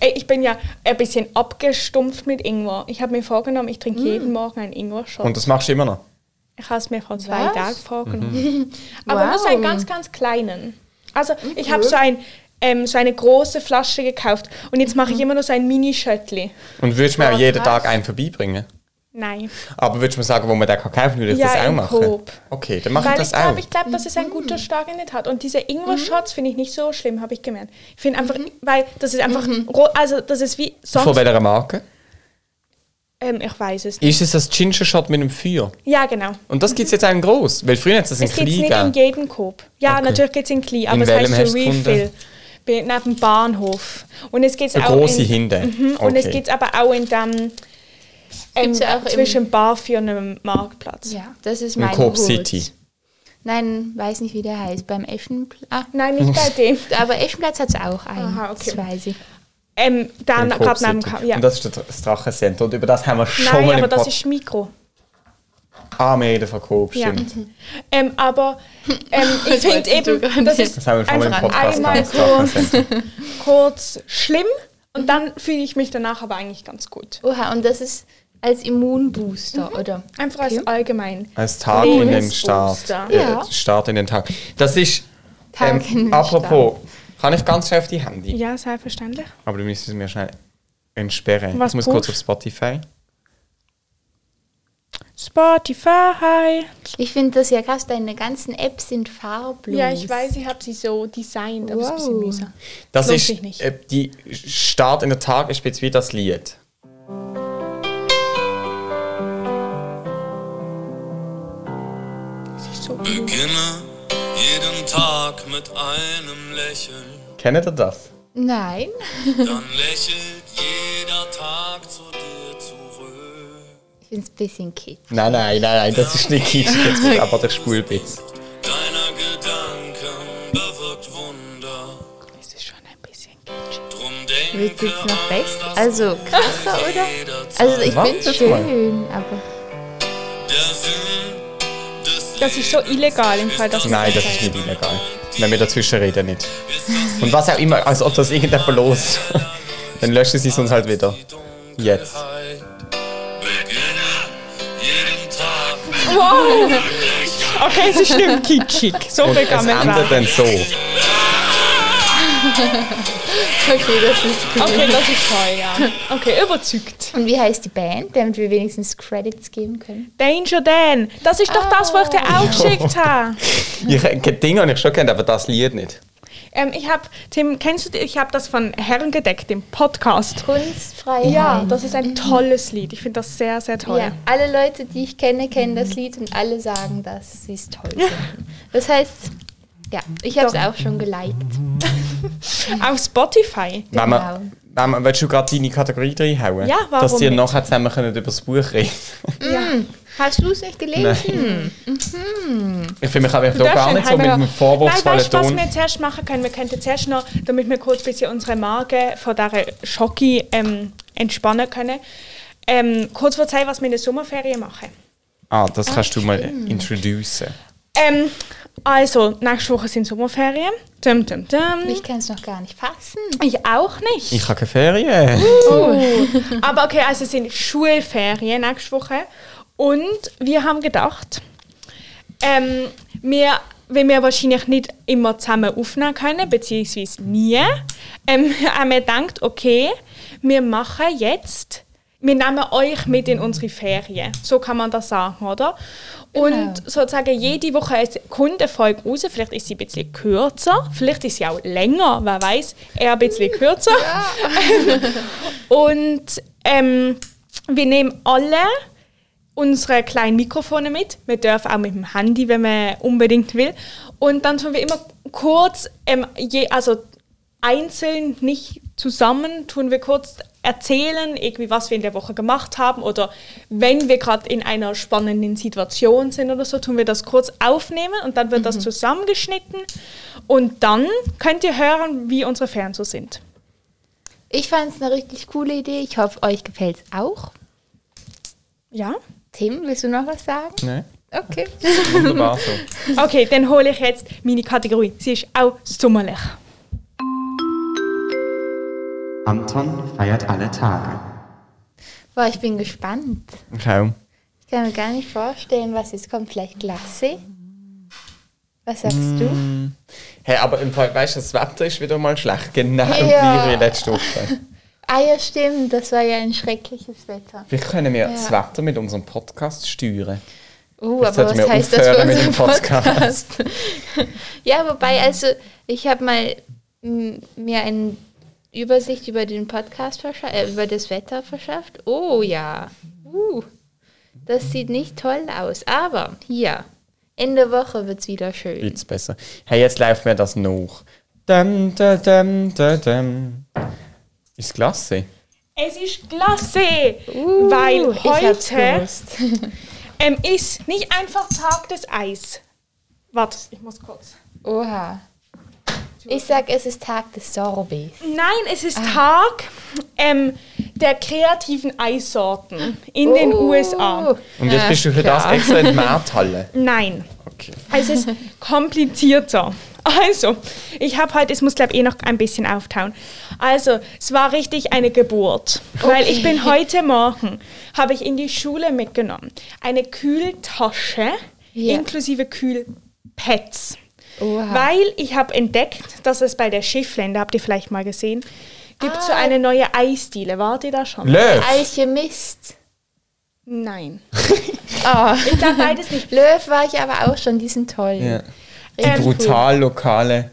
S1: Ey, ich bin ja ein bisschen abgestumpft mit Ingwer. Ich habe mir vorgenommen, ich trinke jeden Morgen einen Ingwer-Shot.
S3: Und das machst du immer noch.
S1: Ich habe es mir vor zwei
S2: Was?
S1: Tagen vorgenommen.
S3: Mhm.
S1: (laughs) Aber nur
S2: Wow.
S1: so einen ganz, ganz kleinen. Also ich habe so, ein, ähm, so eine große Flasche gekauft und jetzt
S2: Mhm.
S1: mache ich immer nur so ein Mini-Schöttli.
S3: Und würdest du mir
S2: Oh,
S3: auch jeden
S2: krass.
S3: Tag einen vorbeibringen?
S1: Nein.
S3: Aber würdest du mir sagen, wo man den kann kaufen, würde ich
S1: Ja,
S3: das auch
S1: im
S3: machen?
S1: Coop.
S3: Okay, dann mache ich
S1: Weil ich
S3: das auch.
S1: glaube, ich glaube, dass es
S2: Mhm.
S1: ein guter starker nicht hat. Und diese Ingwer-Shots finde ich nicht so schlimm, habe ich gemerkt. Ich finde einfach,
S2: Mhm.
S1: weil das ist einfach, roh, also das ist wie
S3: Von
S1: sonst.
S3: welcher Marke?
S1: Ähm, ich weiß es.
S3: Ist es das Ginger Shot mit dem Feuer?
S1: Ja, genau.
S3: Und das gibt es jetzt einen groß, weil früher hat es das in
S1: Es gibt nicht
S3: Klein
S1: in
S3: gegeben.
S1: jedem Coop. Ja,
S3: Okay.
S1: natürlich geht es in Kli, aber
S3: In
S1: es
S3: welchem
S1: heißt
S3: hast
S1: so
S3: du
S1: Refill.
S3: gefunden?
S1: Bin Neben dem Bahnhof. Und es geht
S3: Eine
S1: auch
S3: große
S1: in,
S3: Hinde.
S1: Mhm, Und es geht aber auch in dem ähm,
S2: Gibt's ja auch im-
S1: zwischen Barfi und einem Marktplatz.
S2: Ja, das ist
S3: Im
S2: mein
S3: Coop
S2: Hut.
S3: City.
S2: Nein, weiß nicht, wie der heißt. Beim Eschenplatz. Ah,
S1: Nein, nicht
S3: (laughs)
S1: bei dem.
S2: aber Eschenplatz hat es auch einen.
S1: Aha, okay.
S2: Das weiß ich.
S1: Ähm, dann
S3: Im Coop
S1: gerade neben dem
S3: City.
S1: Ka- ja.
S3: Und das ist das Drachencenter. Und über das haben wir schon
S1: Nein,
S3: mal
S1: aber
S3: im
S1: das
S3: Pod-
S1: ist Mikro.
S3: Ah, wir reden von Coop,
S1: Ja.
S3: stimmt.
S1: Ähm, aber (laughs) ähm, ich finde
S2: wolltest du gar
S1: eben, das
S2: nicht.
S1: ist
S3: Das haben wir schon mal im
S1: einfach
S3: Podcast
S1: einmal
S3: gehabt. das
S1: kurz,
S3: Drachencenter.
S1: kurz schlimm und dann fühle ich mich danach aber eigentlich ganz gut.
S2: Oha, und das ist als
S1: Mhm.
S2: Immunbooster, oder?
S1: Einfach
S2: Okay.
S1: als allgemein.
S3: Als Tag in den
S1: Lebensbooster.
S3: Start. Äh,
S2: Ja.
S3: Start in den Tag. Das ist.
S2: Tag
S3: Ähm,
S2: in den
S3: apropos, kann ich ganz schnell auf die Handy?
S1: Ja, selbstverständlich.
S3: Aber du müsstest mir schnell entsperren.
S1: Was
S3: ich muss kurz
S1: brauchst-
S3: auf Spotify.
S1: Spotify.
S2: Ich finde das ja krass, deine ganzen Apps sind farblos.
S1: Ja, ich weiß, ich habe sie so designt, aber es ist ein bisschen
S2: Wow.
S1: mühsam.
S3: Das
S1: Lohnt
S3: ist
S1: sich nicht.
S3: äh, die Start in den Tag ist jetzt wie das Lied.
S1: Es ist so blöd.
S5: Beginne jeden Tag mit einem Lächeln,
S3: Kennt ihr das?
S2: Nein.
S5: dann lächelt jeder Tag zu dir zurück.
S2: Ich finde es ein bisschen kitsch.
S3: Nein, nein, nein, nein, das ist nicht kitschig. Jetzt kommt aber der Spulbitz.
S5: Deiner Gedanken bewirkt Wunder,
S1: Es ist schon ein bisschen kitschig.
S5: drum denke
S2: Willst du jetzt noch
S5: an
S2: fest?
S5: das
S2: Also krasser, oder?
S5: jederzeit.
S2: Also ich
S3: Was?
S2: finde es
S3: Jetzt mal.
S2: schön, aber
S5: Der Sinn des
S1: Das ist so illegal im Fall, dass es
S3: Nein,
S1: so
S3: das
S1: sei.
S3: ist nicht illegal. Wenn wir dazwischen reden, nicht. (laughs) Und was auch immer, als ob das irgendwer verlost. (laughs) Dann löschen sie es uns halt wieder. Jetzt.
S5: Lebens- Beginne jeden Tag mit
S1: Okay, es ist schlimm kitschig. So
S3: Und
S1: viel
S3: es
S1: kann man
S3: endet
S1: sagen.
S3: dann so.
S2: okay, das ist gut.
S1: Okay, das ist toll, ja. Okay, überzeugt.
S2: Und wie heißt die Band, damit wir wenigstens Credits geben können?
S1: Danger Dan. Das ist doch das, was ich dir
S3: Ah.
S1: auch geschickt habe.
S3: Ich, das Ding habe ich schon kennt, aber das Lied nicht.
S1: Ähm, ich habe, Tim, kennst du, die- ich habe das von Herren gedeckt im Podcast.
S2: Kunstfreiheit.
S1: Ja, das ist ein tolles Lied. Ich finde das sehr, sehr toll.
S2: Ja, alle Leute, die ich kenne, kennen das Lied und alle sagen, dass sie es toll finden. Das heißt, ja, ich habe es auch schon geliked.
S1: Auf Spotify.
S3: Wenn man, wenn man, willst du gerade deine Kategorie reinhauen?
S1: Genau. Ja, warum
S3: Dass die
S1: nicht?
S3: nachher zusammen können über das Buch reden
S2: Hast du es nicht
S1: Mhm,
S2: gelesen?
S3: Ich finde, mich habe ich da gar nicht so mit einem
S1: Nein,
S3: vorwurfsvollen
S1: weißt du, was
S3: Ton.
S1: wir zuerst machen können? Wir könnten zuerst noch, damit wir kurz ein bisschen unsere Magen von dieser Schocke ähm, entspannen können, ähm, kurz erzählen, was wir in der Sommerferien machen.
S3: Ah, das kannst du mal introducen.
S1: Ähm, also, nächste Woche sind Sommerferien. Dum, dum, dum.
S2: Ich kann es noch gar nicht fassen.
S1: Ich auch nicht.
S3: Ich habe keine Ferien.
S1: Uh. Aber okay, also es sind Schulferien nächste Woche. Und wir haben gedacht, ähm, wir, wenn wir wahrscheinlich nicht immer zusammen aufnehmen können, (laughs) beziehungsweise nie, ähm, haben wir gedacht, okay, wir machen jetzt wir nehmen euch mit in unsere Ferien. So kann man das sagen, oder? Und sozusagen jede Woche eine Kundenfolge raus. Vielleicht ist sie ein bisschen kürzer, vielleicht ist sie auch länger, wer weiß, eher ein bisschen kürzer. Und ähm, wir nehmen alle unsere kleinen Mikrofone mit. Wir dürfen auch mit dem Handy, wenn man unbedingt will. Und dann tun wir immer kurz, ähm, je, also einzeln, nicht zusammen, tun wir kurz erzählen, irgendwie was wir in der Woche gemacht haben oder wenn wir gerade in einer spannenden Situation sind oder so, tun wir das kurz aufnehmen und dann wird das zusammengeschnitten und dann könnt ihr hören, wie unsere Fans so sind.
S2: Ich fand es eine richtig coole Idee. Ich hoffe, euch gefällt es auch.
S1: Ja?
S2: Tim, willst du noch was sagen?
S3: Nein?
S2: Okay.
S3: Wunderbar so.
S1: Okay, dann hole ich jetzt meine Kategorie. Sie ist auch sommerlich.
S6: Anton feiert alle Tage.
S2: Boah, ich bin gespannt.
S3: Okay.
S2: Ich kann mir gar nicht vorstellen, was jetzt kommt. Vielleicht Glasse? Was sagst du?
S3: Hey, aber im Fall, weißt du, das Wetter ist wieder mal schlecht. Genau
S2: Ja.
S3: wie letzte Woche.
S2: Ah ja, stimmt. Das war ja ein schreckliches Wetter.
S3: Vielleicht können wir das Wetter mit unserem Podcast steuern.
S2: Oh,
S3: Jetzt
S2: aber
S3: sollten
S2: was
S3: wir
S2: heißt das für
S3: aufhören mit
S2: unseren
S3: dem Podcast. Mhm.
S2: Podcast? (laughs) ja, wobei, also ich habe mal m, mir eine Übersicht über den Podcast verschafft, äh, über das Wetter verschafft. Oh ja, uh, das sieht nicht toll aus, aber hier, in der Woche wird es wieder schön.
S3: Jetzt besser. Hey, jetzt läuft mir das noch. Dum, dum, dum, dum, dum. Ist klasse.
S1: Es ist klasse,
S2: Uh,
S1: weil
S2: ich hab's
S1: heute
S2: gewusst.
S1: ähm, ist nicht einfach Tag des Eis. Warte, ich muss kurz.
S2: Oha. Ich sag, es ist Tag des Sorbets.
S1: Nein, es
S2: Ah.
S1: ist Tag ähm, der kreativen Eissorten in den
S2: Oh.
S1: USA.
S3: Und jetzt bist du für das
S2: klar.
S3: extra in die Markthalle.
S1: Nein,
S3: (laughs) Okay.
S1: Also es ist komplizierter. Also, ich habe heute, es muss glaube ich eh noch ein bisschen auftauen. Also, es war richtig eine Geburt, weil ich bin heute Morgen, habe ich in die Schule mitgenommen, eine Kühltasche
S2: Ja.
S1: inklusive Kühlpads.
S2: Oha.
S1: Weil ich habe entdeckt, dass es bei der Schiffländer, habt ihr vielleicht mal gesehen, gibt so
S2: Ah.
S1: eine neue Eisdiele. Wart ihr da schon?
S3: Löw!
S2: Alchemist. (laughs)
S1: Nein.
S2: Oh.
S1: Ich glaube beides nicht.
S2: Löw war ich aber auch schon, die sind toll.
S3: Ja.
S1: Ähm,
S3: Brutal lokale.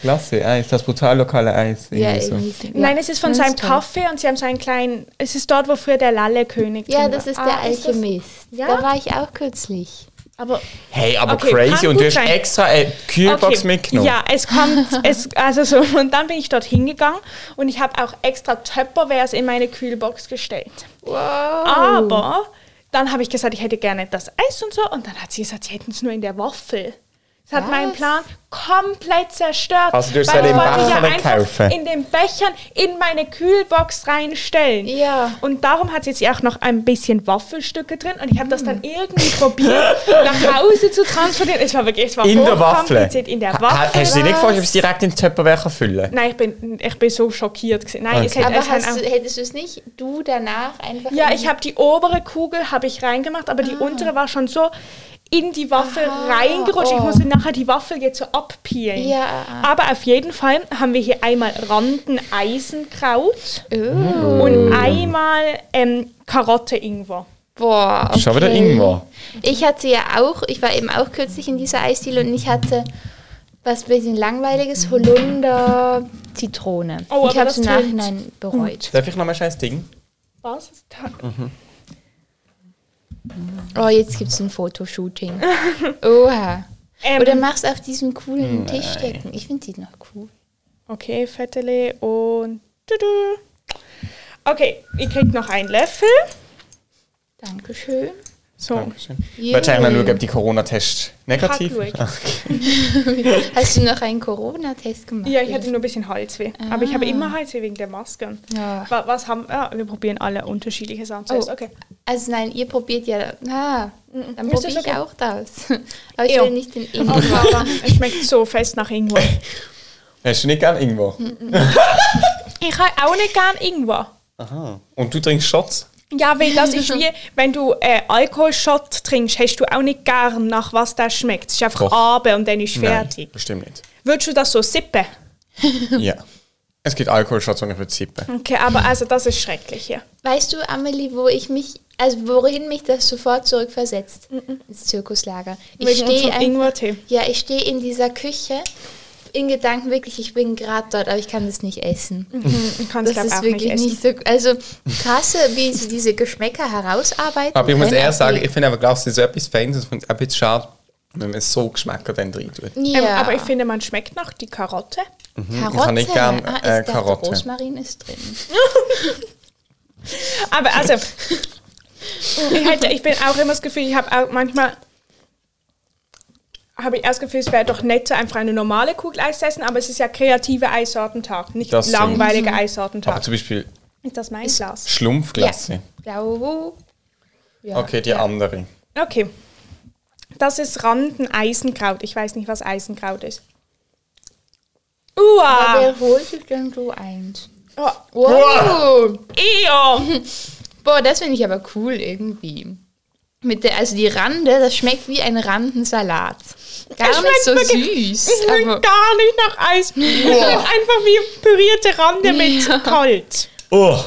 S3: Klasse Eis, das brutal lokale Eis.
S2: Ja,
S3: irgendwie so.
S2: irgendwie so.
S1: Nein, es ist von
S2: das
S1: seinem
S2: toll.
S1: Kaffee und sie haben so einen kleinen. Es ist dort, wo früher der Lalle-König
S2: Ja,
S1: drin
S2: das ist
S1: war.
S2: der
S1: Ah, das-
S2: Alchemist.
S1: Ja?
S2: Da war ich auch kürzlich.
S1: Aber
S3: Hey, aber
S1: Okay,
S3: crazy.
S1: kann
S3: Und
S1: gut
S3: du hast
S1: sein.
S3: extra eine Kühlbox
S1: Okay.
S3: mitgenommen.
S1: Ja, es
S2: (laughs)
S1: kommt, es, also so, und dann bin ich dort hingegangen und ich habe auch extra Töpperwares in meine Kühlbox gestellt.
S2: Wow.
S1: Aber dann habe ich gesagt, ich hätte gerne das Eis und so und dann hat sie gesagt, sie hätten es nur in der Waffel. Das hat
S2: Was?
S1: meinen Plan komplett zerstört.
S3: Also du hast
S1: weil ich
S3: es in
S1: wollte ja
S3: Bechern
S1: einfach
S3: kaufen.
S1: in den Bechern in meine Kühlbox reinstellen.
S2: Ja.
S1: Und darum hat sie jetzt auch noch ein bisschen Waffelstücke drin und ich habe das
S2: Hm.
S1: dann irgendwie probiert, nach Hause zu transportieren. Es war wirklich, es war
S3: In der Waffel.
S1: hochkompliziert. In der
S3: Ha-
S1: Waffel.
S3: Hast du dir nicht gefragt, ob es direkt in den Töpperwerk füllen
S1: Nein, ich bin, ich bin so schockiert. Gewesen. Nein, es
S3: Okay.
S1: hätte,
S2: Aber
S1: es hätte
S2: hast
S1: auch-
S2: du, hättest du es nicht, du danach einfach.
S1: ja,
S2: in-
S1: ich habe die obere Kugel habe ich reingemacht, aber
S2: Ah.
S1: die untere war schon so in die Waffel reingerutscht. Ich
S2: oh.
S1: musste nachher die Waffel jetzt so abpeelen.
S2: Ja.
S1: Aber auf jeden Fall haben wir hier einmal Randen Eisenkraut
S3: Mhm.
S2: Oh,
S1: und einmal ähm, Karotte Ingwer.
S2: boah. Okay.
S3: Schon wieder irgendwo.
S2: Ich hatte ja auch, ich war eben auch kürzlich in dieser Eisdiele und ich hatte was bisschen langweiliges, Holunder, Zitrone.
S1: Oh, aber
S2: ich habe
S1: das Hm.
S2: es im
S1: tönt
S2: Nachhinein bereut.
S3: Darf ich noch mal ein scheiß Ding?
S1: Was?
S2: Oh, jetzt gibt es ein Fotoshooting.
S1: (laughs)
S2: Oha.
S1: Ähm,
S2: Oder mach's auf diesen coolen Tischdecken. Ich finde die noch cool.
S1: okay, Fettele und tudu. Okay, ihr kriegt noch einen Löffel.
S2: Dankeschön.
S1: So.
S3: Dankeschön. Ich wollte eigentlich mal schauen, ob die Corona-Test negativ
S1: Hack
S3: ist.
S1: durch.
S2: Hast du noch einen Corona-Test gemacht?
S1: Ja, ich hatte nur ein bisschen Halsweh. Aber ich habe immer Halsweh wegen der Maske.
S2: Ah. Ja.
S1: Wa- Was haben ja, wir? probieren alle unterschiedliche Sachen zuerst.
S2: Oh.
S1: Okay.
S2: Also nein, ihr probiert ja. Ah, dann
S1: Ist das
S2: probiere ich
S1: okay?
S2: auch
S7: (laughs)
S2: das. Aber ich
S1: Ja.
S2: will nicht den
S1: Oh, (laughs)
S2: Ingwer.
S1: Clara, es schmeckt so fest nach Ingwer.
S3: Hast du nicht gern irgendwo?
S1: Ich habe auch nicht gern Ingwer.
S3: Aha. Und du trinkst Shots?
S1: Ja, weil das ist wie, wenn du äh, Alkoholshot trinkst, hast du auch nicht gern, nach was das schmeckt. Es ist einfach
S3: Doch.
S1: Abe und dann ist fertig.
S3: Nein, bestimmt nicht.
S1: Würdest du das so sippen?
S3: Ja. Es gibt Alkoholstationen für Zippe.
S1: Okay, aber also das ist schrecklich hier.
S7: Weißt du, Amelie, wo ich mich, also worin mich das sofort zurückversetzt? Ins Zirkuslager. Ich
S1: Wegen
S7: stehe
S1: unserem
S7: einfach-
S1: Ingwertee.
S7: Ja, ich stehe in dieser Küche in Gedanken wirklich, ich bin gerade dort, aber ich kann das nicht essen.
S1: Ich Mm, kann es
S7: Das
S1: glaube
S7: ist
S1: auch nicht
S7: wirklich
S1: essen.
S7: nicht, so. Also krasse, wie sie diese Geschmäcker herausarbeiten.
S3: Aber ich muss
S7: können,
S3: eher sagen,
S7: die-
S3: ich finde aber, glaube ich, so etwas Feines und ich finde es auch ein bisschen schade, wenn man so Geschmäcker dann rein tut.
S1: Ähm,
S7: ja.
S1: Aber ich finde, man schmeckt nach die Karotte.
S7: Karotte.
S3: kann Hm, ich gern,
S7: ah, ich
S3: äh,
S7: dachte,
S3: Karotte.
S7: Rosmarin ist drin.
S1: Aber also, ich, hätte, ich bin auch immer das Gefühl, ich habe auch manchmal, habe ich auch das Gefühl, es wäre doch netter, einfach eine normale Kugel Eis zu essen, aber es ist ja kreative Eissortentag, nicht
S3: Das stimmt.
S2: Mhm.
S1: langweilige
S3: Aber
S1: Eissortentag.
S3: zum Beispiel
S1: Ist das mein Glas?
S3: Schlumpfglasse.
S7: Blau. Ja.
S3: Okay, die andere.
S1: Okay. Das ist Randen-Eisenkraut. Ich weiß nicht, was Eisenkraut ist.
S2: Aber
S1: Uah!
S2: wer holt sich denn so eins?
S1: Oh,
S2: Wow.
S1: Eon!
S2: Boah, das finde ich aber cool irgendwie. Mit der, also die Rande, das schmeckt wie ein Randensalat. Gar
S1: Es
S2: nicht so
S1: schmeckt
S2: süß.
S1: Schmeckt
S2: Aber
S1: gar nicht nach Eis. Einfach wie pürierte Rande mit Kalt.
S3: Oh,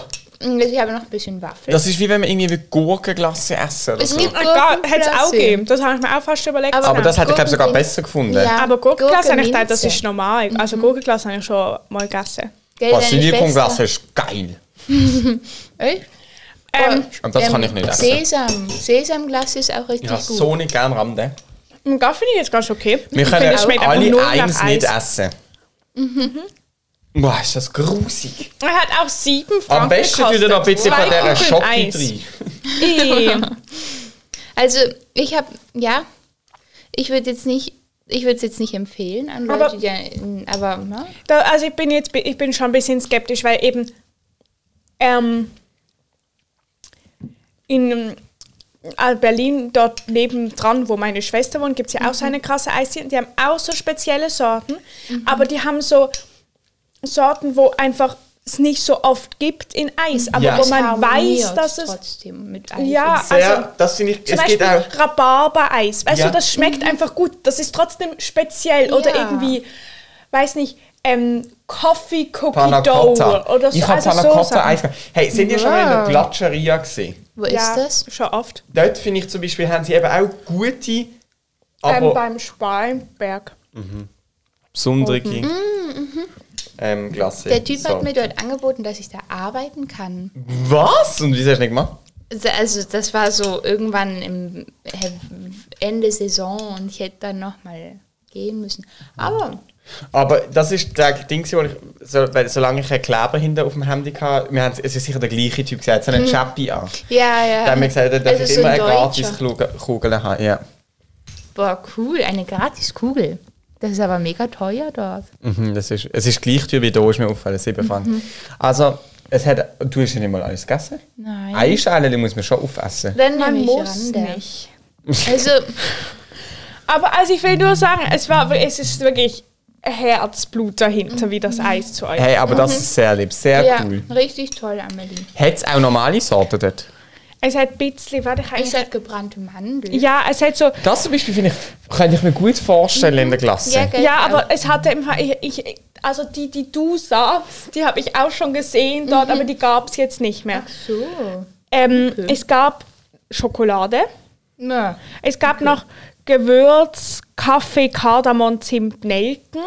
S2: hm, ich habe noch ein bisschen Waffel.
S3: das ist wie wenn man irgendwie wie Gurkenglasse essen oder
S2: Es
S3: so.
S2: gibt
S1: Egal, hätte es auch
S2: Gurkenklasse.
S1: gegeben. Das habe ich mir auch fast überlegt.
S3: Aber das Ah, hätte ich, glaube ich, sogar
S7: Gurken-
S3: besser gefunden.
S7: Ja.
S1: aber Gurkenglas habe ich gedacht, das
S7: Gurkenminze.
S1: ist normal.
S3: Mhm.
S1: Also Gurkenglas habe ich schon mal gegessen.
S2: Gell, deine
S3: Basilikumglasse ist geil.
S2: Schwester? Echt?
S1: Ähm,
S3: Und das kann ich nicht essen.
S2: Sesam. Sesamglas ist auch richtig
S3: Ich habe
S2: gut.
S3: so nicht gern Rande.
S1: und das finde ich jetzt ganz okay.
S3: Wir
S1: ich
S3: können
S1: finde, es schmeckt einfach
S3: alle
S1: null nach
S3: eins nicht
S1: Eis.
S3: essen. Boah, ist das grusig.
S1: Er hat auch sieben Franken
S3: Am besten tut ihr
S1: gekostet.
S3: noch ein bisschen
S1: Zwei
S3: von dieser
S1: Kugeln
S3: Schocke
S1: Eis.
S3: rein.
S1: Ih.
S3: (laughs)
S2: also ich habe, ja, ich würde jetzt nicht, ich würde es jetzt nicht empfehlen an
S1: Aber-
S2: Leute, die ja, in- aber ne?
S1: da, also ich bin jetzt ich bin schon ein bisschen skeptisch, weil eben ähm, in äh, Berlin, dort nebendran, wo meine Schwester wohnt, gibt es ja auch so eine krasse Eisdiele. Die haben auch so spezielle Sorten, aber die haben so Sorten, wo einfach es nicht so oft gibt in Eis, aber
S3: Ja.
S1: wo
S3: Es
S1: man weiß,
S2: harmoniert
S1: dass es...
S2: trotzdem mit Eis
S1: Ja,
S2: und-
S3: Sehr,
S1: also
S3: das finde ich,
S1: Zum
S3: es geht
S1: Beispiel
S3: auch.
S1: Rhabarber-Eis. Weißt
S3: Ja.
S1: du, das schmeckt einfach gut. Das ist trotzdem speziell. Oder
S2: Mhm. Ja.
S1: irgendwie, weiß nicht, ähm, Coffee Cookie
S3: Panna
S1: Dough
S3: Cotta.
S1: oder so.
S3: Ich habe
S1: also
S3: Panna
S1: so
S3: Cotta
S1: Sachen.
S3: Eis gemacht. Hey, sind ihr schon mal in der Glatscheria gesehen?
S2: Wo
S1: Ja,
S2: ist das?
S1: Schon oft.
S3: Dort finde ich zum Beispiel, haben sie eben auch gute,
S1: Ähm,
S3: aber
S1: beim Spalmberg.
S3: besondere Mm, ähm, Glasse.
S2: Der Typ
S3: So.
S2: hat mir dort angeboten, dass ich da arbeiten kann.
S3: Was? Und wieso hast du nicht gemacht?
S2: Also- Also das war so irgendwann im äh, Ende Saison und ich hätte dann nochmal gehen müssen. Aber
S3: Aber das ist der Ding, wo ich, so, weil, solange ich einen Kleber hinten auf dem Handy hatte, wir haben, es ist sicher der gleiche Typ gesagt, so einen Chappy an.
S2: Mhm. ja, ja.
S3: Dann haben wir gesagt, da darf
S2: Also
S3: ich
S2: so
S3: immer eine
S2: ein
S3: gratis
S2: Deutscher.
S3: Kugel, Kugel haben. Ja.
S2: Boah, cool, eine Gratiskugel. Das ist aber mega teuer dort.
S3: Mhm, das ist, es ist gleich teuer wie hier, ist mir aufgefallen, 7 Franken. Also, es hat, du hast ja nicht mal alles gegessen.
S2: Nein.
S3: Eine Schale muss man schon aufessen.
S2: Dann
S1: Man
S2: nehme ich
S1: muss
S2: Rande.
S1: nicht.
S2: Also,
S1: Aber also ich will nur sagen, es, war, es ist wirklich Herzblut dahinter, wie
S2: Mhm.
S1: das Eis zu euch.
S3: Hey, aber das ist sehr lieb, sehr
S2: ja,
S3: cool.
S2: richtig toll, Amelie.
S3: Hat es auch normale Sorten dort?
S1: Es hat ein bisschen, warte, ich
S2: Es
S1: eigentlich...
S2: hat halt gebrannte Mandeln.
S1: Ja, es hat so...
S3: Das zum Beispiel finde ich, kann ich mir gut vorstellen in der Klasse.
S2: Ja, gell,
S1: Ja,
S2: auch.
S1: aber es hatte im Fall- ich, ich also die, die du sahst, die habe ich auch schon gesehen dort, aber die gab es jetzt nicht mehr.
S2: So.
S1: Ähm, Es gab Schokolade,
S2: Na,
S1: es gab noch Gewürz, Kaffee, Kardamom, Zimt, Nelken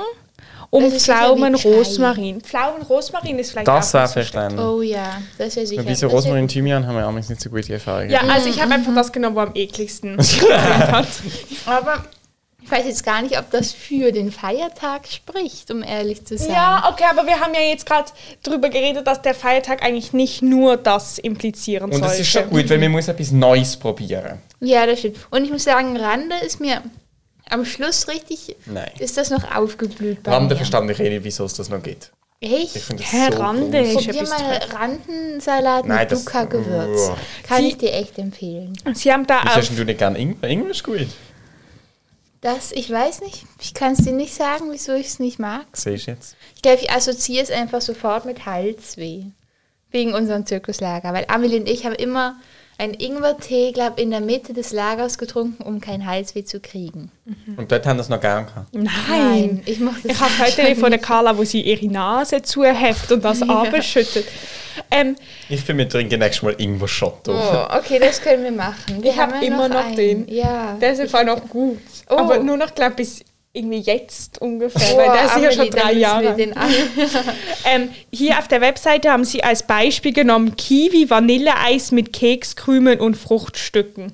S1: und
S2: Das ist sicher
S1: Pflaumen,
S2: wie Chai.
S1: Rosmarin. Pflaumen, Rosmarin ist vielleicht
S3: Das
S1: auch
S3: wäre
S1: nicht so schlecht.
S3: verständlich.
S2: oh ja, das wäre sicher.
S3: Mit Wieso
S2: das wär-
S3: Rosmarin und Thymian haben wir damals nicht so gute Erfahrungen. (laughs)
S1: Ja, also ich habe einfach das genommen, wo am ekligsten. (laughs)
S2: Aber ich weiß jetzt gar nicht, ob das für den Feiertag spricht, um ehrlich zu sein.
S1: ja, okay, aber wir haben ja jetzt gerade drüber geredet, dass der Feiertag eigentlich nicht nur das implizieren
S3: Und
S1: sollte.
S3: das ist schon gut, weil man muss etwas Neues probieren.
S2: Ja, das stimmt. Und ich muss sagen, Rande ist mir am Schluss richtig,
S3: Nein.
S2: ist das noch aufgeblüht bei
S3: Rande
S2: mir.
S3: verstand ich eh nicht, wieso es das noch gibt. Ich
S2: Echt?
S3: finde das
S1: Hä,
S3: so
S1: Rande
S3: komisch.
S1: ist
S2: Probier
S1: etwas
S2: mal Randensalat
S3: Nein,
S2: mit
S3: das-
S2: Dukkha-Gewürz.
S3: Uah.
S2: Kann
S1: halt- Sie-
S2: ich dir echt empfehlen.
S1: Sie haben da
S3: Wieso
S1: auch
S3: hast denn du nicht gerne Ingwer? Ingwer ist gut.
S2: Das, ich weiß nicht, ich kann es dir nicht sagen, wieso ich es nicht mag.
S3: Siehst du jetzt?
S2: Ich glaube, ich assoziiere es einfach sofort mit Halsweh. Wegen unserem Zirkuslager. Weil Amelie und ich haben immer Ein Ingwertee, glaube in der Mitte des Lagers getrunken, um keinen Halsweh zu kriegen.
S3: Und dort haben das noch gern gehabt.
S1: Nein.
S2: ich mochte (laughs)
S1: Ich habe heute von der Carla, wo sie ihre Nase zuheft und
S2: (laughs)
S1: das abschüttet. Ähm,
S3: Ich finde, wir trinken nächstes Mal irgendwo Schott. auf.
S2: Oh, okay, das können wir machen. Wir
S1: Ich hab
S2: haben ja
S1: immer noch
S2: einen.
S1: den.
S2: Ja.
S1: der ist im Fall noch gut.
S2: Oh.
S1: Aber nur noch, glaube bis irgendwie jetzt ungefähr, weil der ist ja schon drei Jahre. (laughs) Ähm, hier auf der Webseite haben sie als Beispiel genommen Kiwi, Vanilleeis mit Kekskrümeln und Fruchtstücken.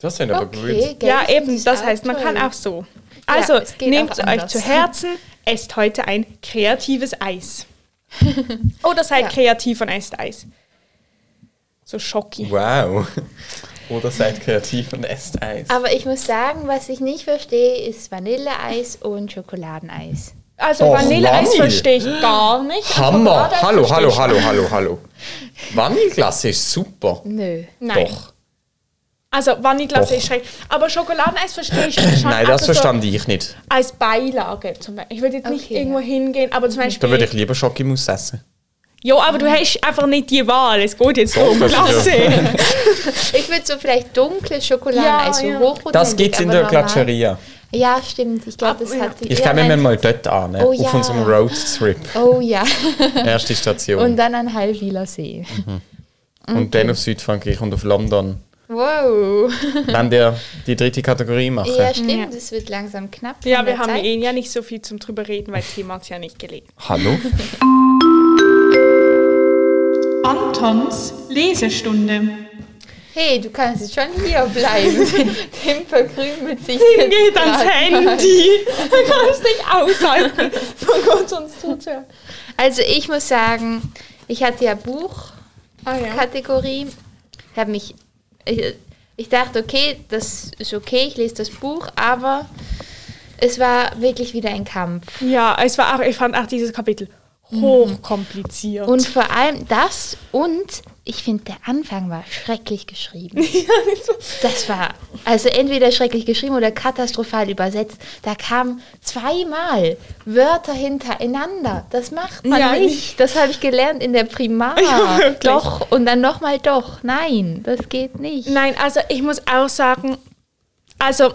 S3: Das sind aber
S2: okay,
S3: gewöhnt.
S2: gell,
S1: ja,
S2: das
S1: eben,
S2: ist
S1: das
S2: auch
S1: heißt, man kann
S2: toll.
S1: auch so. Also,
S2: es geht
S1: nehmt
S2: auch
S1: euch
S2: anders.
S1: zu Herzen, esst heute ein kreatives
S2: (laughs)
S1: Eis. Oder seid
S2: Ja.
S1: kreativ und esst Eis. So schocki.
S3: Wow. Oder seid kreativ und esst Eis.
S2: Aber ich muss sagen, was ich nicht verstehe, ist Vanilleeis und Schokoladeneis.
S1: Also,
S3: Och,
S1: Vanilleeis
S3: Vanille.
S1: verstehe ich gar nicht.
S3: Hammer!
S1: Schokoladeis
S3: Hallo,
S1: verstehe
S3: hallo,
S1: ich.
S3: hallo, hallo, hallo. Vanilleglas ist super.
S2: Nö.
S1: Nein.
S3: Doch.
S1: Also, Vanilleglas
S3: Doch.
S1: ist schrecklich. Aber Schokoladeneis verstehe ich schon.
S2: also
S3: Nein, das
S1: aber so-
S3: verstand ich nicht.
S1: als Beilage zum Beispiel. Ich würde jetzt nicht
S2: Okay,
S1: irgendwo hingehen, aber zum Beispiel.
S3: Da würde ich lieber Schokimus essen.
S1: ja, aber
S2: Mhm.
S1: du hast einfach nicht die Wahl. Es geht jetzt um
S3: das ist ja-
S1: Klasse.
S3: (laughs)
S1: (laughs)
S2: Ich würde so vielleicht dunkles Schokoladeneis,
S1: Ja, ja.
S2: so hochprozentiges.
S3: Das gibt es in der Glaceria.
S2: Ja, stimmt. Ich glaube, das
S1: Ah, ja.
S2: hat die
S3: Ich glaube, wir
S2: Airline-
S3: müssen mal dort an, ne,
S2: Oh
S3: auf
S2: ja.
S3: unserem Roadtrip.
S2: Oh ja.
S3: Erste Station.
S2: Und
S3: Und,
S2: dann an Heilwiler See.
S3: dann auf Südfrankreich und auf London.
S2: Wow.
S3: Wenn wir die dritte Kategorie machen.
S2: (laughs) Ja, stimmt. Es wird langsam knapp.
S1: Ja,
S2: von
S1: wir
S2: der
S1: haben
S2: Zeit.
S1: eh ja nicht so viel zum drüber reden, weil Thema hat es ja nicht gelesen.
S3: Hallo?
S8: Antons Lesestunde.
S2: Hey, du kannst jetzt schon hier bleiben. Tim verkrümelt sich.
S1: (laughs)
S2: jetzt
S1: Geht ans
S2: gerade.
S1: Handy. Man kann es nicht aushalten. Von Gott uns zuzuhören.
S2: Also ich muss sagen, ich hatte ja
S1: Ah, ja.
S2: Buchkategorie. Ich habe mich, ich, ich dachte, okay, das ist okay, ich lese das Buch, aber es war wirklich wieder ein Kampf.
S1: Ja, es war auch, ich fand auch dieses Kapitel hochkompliziert.
S2: Und vor allem das und ich finde, der Anfang war
S1: (laughs)
S2: schrecklich geschrieben. Das war also entweder schrecklich geschrieben oder katastrophal übersetzt. Da kamen zweimal Wörter hintereinander. Das macht man
S1: Ja,
S2: nicht. Das habe ich gelernt in der Primar.
S1: Ja, wirklich.
S2: doch und dann nochmal doch. Nein, das geht nicht.
S1: Nein, also ich muss auch sagen, also,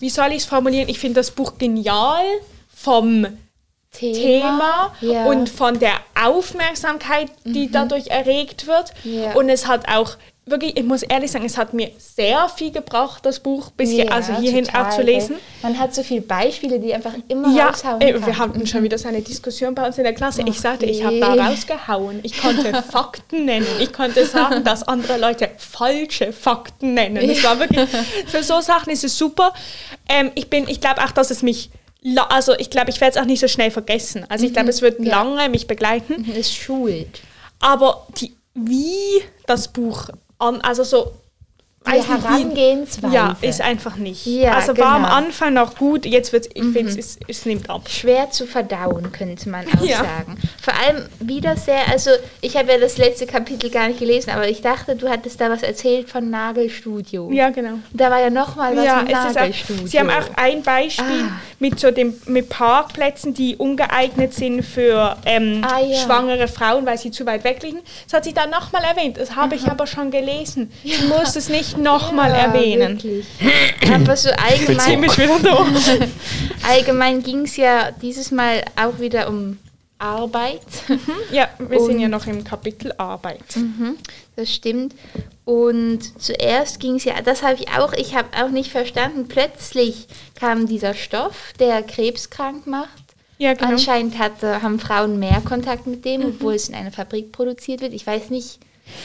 S1: wie soll ich es formulieren? Ich finde das Buch genial vom Thema
S2: Ja. Mhm.
S1: und von der Aufmerksamkeit, die dadurch erregt wird.
S2: Ja.
S1: Und es hat auch wirklich, ich muss ehrlich sagen, es hat mir sehr viel gebracht, das Buch bis hier, also
S2: Ja,
S1: hierhin
S2: total,
S1: auch zu lesen.
S2: gell? Man hat so viele Beispiele, die einfach immer
S1: Ja,
S2: raushauen
S1: äh,
S2: kann.
S1: wir hatten schon wieder so eine Diskussion bei uns in der Klasse. Ich sagte, ich habe
S2: je.
S1: da rausgehauen. Ich
S2: (laughs)
S1: konnte Fakten nennen. Ich konnte sagen, dass andere Leute falsche Fakten nennen. Das war wirklich, für so Sachen ist es super. Ähm, ich bin, ich glaube auch, dass es mich, la- also ich glaube, ich werde es auch nicht so schnell vergessen. Also
S2: Mhm.
S1: ich glaube, es wird lange mich begleiten.
S2: Es schult.
S1: Aber die, wie das Buch an, also so,
S2: Die
S1: weiß nicht, wie-
S2: Herangehensweise.
S1: ja, ist einfach nicht.
S2: Ja,
S1: also war am
S2: genau. Mhm.
S1: Anfang noch gut, jetzt wird ich finde es, es nimmt ab.
S2: schwer zu verdauen, könnte man auch
S1: Ja.
S2: sagen. Vor allem wieder sehr, also ich habe ja das letzte Kapitel gar nicht gelesen, aber ich dachte, du hattest da was erzählt von Nagelstudio.
S1: Ja, genau.
S2: Da war ja nochmal was
S1: Ja,
S2: mit
S1: es ist
S2: Nagelstudio. Ah.
S1: auch, Sie haben auch ein Beispiel mit so dem mit Parkplätzen, die ungeeignet sind für ähm,
S2: Ah, ja.
S1: schwangere Frauen, weil sie zu weit weg liegen. Das hat sie dann nochmal erwähnt. Das habe ich aber schon gelesen. Sie muss es nicht nochmal
S2: Ja,
S1: erwähnen. (clears throat)
S2: wirklich. Aber so allgemein,
S1: Ziemlich wieder
S2: (laughs)
S1: da.
S2: allgemein ging es ja dieses Mal auch wieder um Arbeit.
S1: Ja, wir sind
S2: Und-
S1: ja noch im Kapitel Arbeit.
S2: Das stimmt. Und zuerst ging es ja, das habe ich auch, ich habe auch nicht verstanden, plötzlich kam dieser Stoff, der krebskrank macht.
S1: Ja, genau. Mhm.
S2: Anscheinend hatte, haben Frauen mehr Kontakt mit dem, obwohl es in einer Fabrik produziert wird. Ich weiß nicht.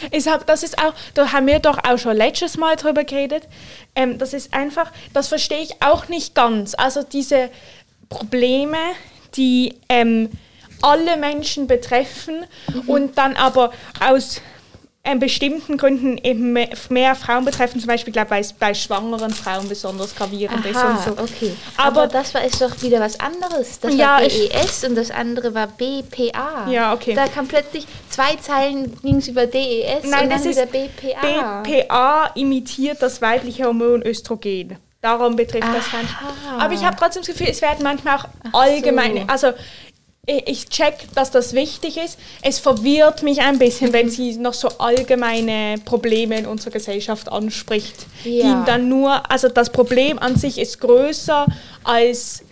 S1: Ich hab, das ist auch, da haben wir doch auch schon letztes Mal drüber geredet. Ähm, das ist einfach, das verstehe ich auch nicht ganz. Also diese Probleme, die ähm, alle Menschen betreffen
S2: Mhm.
S1: und dann aber aus ähm, bestimmten Gründen eben me- mehr Frauen betreffen, zum Beispiel glaube ich bei schwangeren Frauen besonders gravierend ist und so.
S2: okay.
S1: Aber-
S2: Aber, das war ist doch wieder was anderes. Das
S1: Ja,
S2: war
S1: ich-
S2: DES und das andere war BPA.
S1: Ja, okay.
S2: Da kam plötzlich zwei Zeilen ging es über DES
S1: Nein,
S2: und
S1: das
S2: dann
S1: ist
S2: wieder BPA.
S1: BPA imitiert das weibliche Hormon Östrogen. Darum betrifft das
S2: Aha.
S1: Fand. Aber ich habe trotzdem das Gefühl, es werden manchmal auch allgemeine, also ich, ich check, dass das wichtig ist. Es verwirrt mich ein bisschen, wenn sie noch so allgemeine Probleme in unserer Gesellschaft anspricht.
S2: Ja.
S1: Die dann nur, also das Problem an sich ist größer als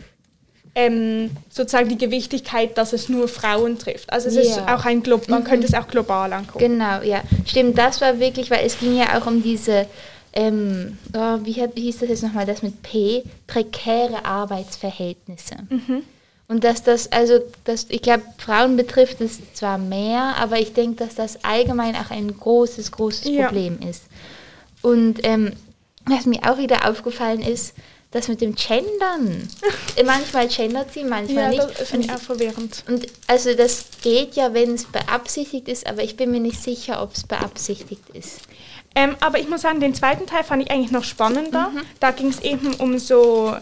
S1: ähm, sozusagen die Gewichtigkeit, dass es nur Frauen trifft. Also es ist
S2: Ja. Mhm.
S1: auch ein Glo man könnte es auch global angucken.
S2: Genau, ja. Stimmt, das war wirklich, weil es ging ja auch um diese, ähm, oh, wie, hat, wie hieß das jetzt nochmal, das mit P, prekäre Arbeitsverhältnisse.
S1: Mhm.
S2: Und dass das, also das, ich glaube, Frauen betrifft es zwar mehr, aber ich denke, dass das allgemein auch ein großes, großes
S1: Ja.
S2: Problem ist. Und ähm, was mir auch wieder aufgefallen ist, das mit dem
S1: (laughs)
S2: Gendern. Äh, manchmal gendert sie,
S1: Ja,
S2: manchmal nicht.
S1: das finde
S2: Und
S1: ich auch verwirrend.
S2: und also das geht ja, wenn es beabsichtigt ist, aber ich bin mir nicht sicher, ob es beabsichtigt ist.
S1: Ähm, aber ich muss sagen, den zweiten Teil fand ich eigentlich noch spannender. Da ging es eben um so.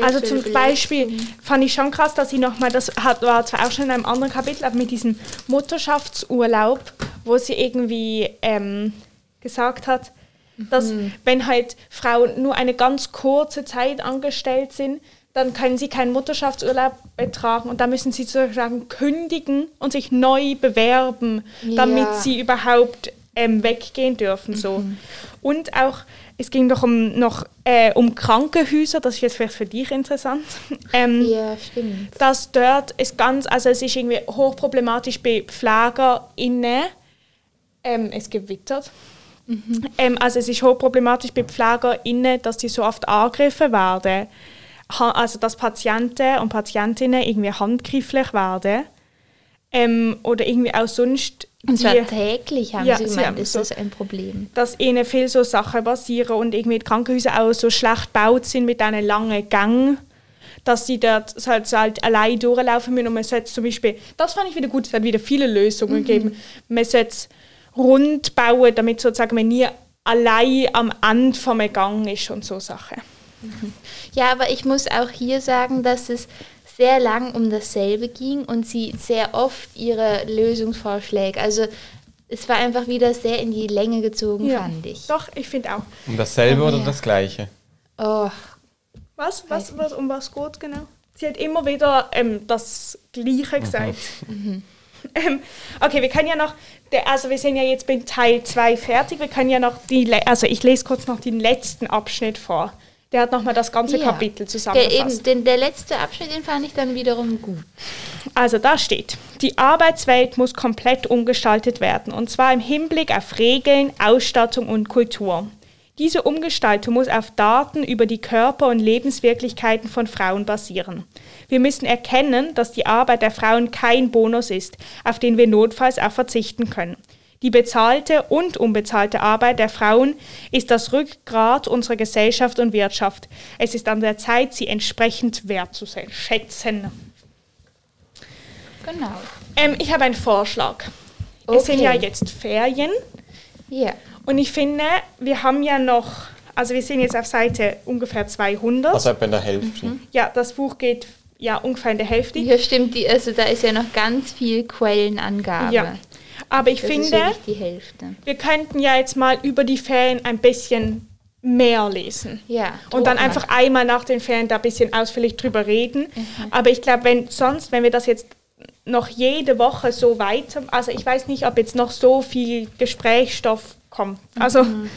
S1: Also zum
S2: Sexuelle
S1: Beispiel fand ich schon krass, dass sie nochmal, das hat, war zwar auch schon in einem anderen Kapitel, aber mit diesem Mutterschaftsurlaub, wo sie irgendwie ähm, gesagt hat, dass wenn halt Frauen nur eine ganz kurze Zeit angestellt sind, dann können sie keinen Mutterschaftsurlaub betragen und da müssen sie sozusagen kündigen und sich neu bewerben, damit
S2: Ja.
S1: sie überhaupt ähm, weggehen dürfen. So. Und auch, es ging doch um, noch äh, um Krankenhäuser, das ist jetzt vielleicht für dich interessant. Ähm,
S2: Ja, stimmt.
S1: dass dort ist ganz, also es ist irgendwie hochproblematisch bei PflegerInnen. Ähm, es gewittert. Ähm, also es ist hochproblematisch bei PflegerInnen, dass die so oft angegriffen werden. Ha also dass Patienten und Patientinnen irgendwie handgreiflich werden. Ähm, oder irgendwie auch sonst...
S2: Und zwar
S1: die-
S2: täglich haben
S1: Ja,
S2: sie
S1: sie
S2: gemeint,
S1: haben
S2: ist
S1: so-
S2: das ein Problem.
S1: dass ihnen viel so Sachen passieren und irgendwie die Krankenhäuser auch so schlecht gebaut sind mit diesen langen Gängen, dass sie dort so halt, so halt allein durchlaufen müssen und man sollte zum Beispiel, das fand ich wieder gut, es hat wieder viele Lösungen gegeben, man sollte es rund bauen, damit sozusagen man nie allein am Ende vom Gang ist und so Sachen.
S2: Ja, aber ich muss auch hier sagen, dass es sehr lang um dasselbe ging und sie sehr oft ihre Lösungsvorschläge, also es war einfach wieder sehr in die Länge gezogen, fand ich.
S1: Doch, ich finde auch.
S3: Um dasselbe oder
S2: ja.
S3: das gleiche?
S2: Oh,
S1: Was, was, was, um was geht genau? Sie hat immer wieder ähm, das Gleiche gesagt.
S2: Mhm.
S1: (laughs) ähm, okay, wir können ja noch, der, also wir sind ja jetzt bei Teil 2 fertig, wir können ja noch die, le- also ich lese kurz noch den letzten Abschnitt vor. Der hat nochmal das ganze
S2: ja.
S1: Kapitel
S2: der,
S1: zusammengefasst.
S2: eben, den, der letzte Abschnitt, den fand ich dann wiederum gut.
S1: Also da steht, die Arbeitswelt muss komplett umgestaltet werden, und zwar im Hinblick auf Regeln, Ausstattung und Kultur. Diese Umgestaltung muss auf Daten über die Körper und Lebenswirklichkeiten von Frauen basieren. Wir müssen erkennen, dass die Arbeit der Frauen kein Bonus ist, auf den wir notfalls auch verzichten können. Die bezahlte und unbezahlte Arbeit der Frauen ist das Rückgrat unserer Gesellschaft und Wirtschaft. Es ist an der Zeit, sie entsprechend wertzuschätzen.
S2: Genau.
S1: Ähm, ich habe einen Vorschlag. Es sind
S2: Okay.
S1: ja jetzt Ferien
S2: Ja.
S1: und ich finde, wir haben ja noch, also wir sind jetzt auf Seite ungefähr 200.
S3: Also etwa in der Hälfte.
S1: ja, das Buch geht ja ungefähr in der Hälfte.
S2: Ja, stimmt. Die, also da ist ja noch ganz viel Quellenangabe.
S1: Ja. Aber ich
S2: Das ist
S1: finde,
S2: wirklich die Hälfte.
S1: wir könnten ja jetzt mal über die Ferien ein bisschen mehr lesen.
S2: Ja. Oh,
S1: Und dann
S2: Druck
S1: einfach
S2: machen.
S1: einmal nach den Ferien da ein bisschen ausführlich drüber reden.
S2: Mhm.
S1: Aber ich glaube, wenn sonst, wenn wir das jetzt noch jede Woche so weiter, also ich weiß nicht, ob jetzt noch so viel Gesprächsstoff kommt. Also
S2: Mhm.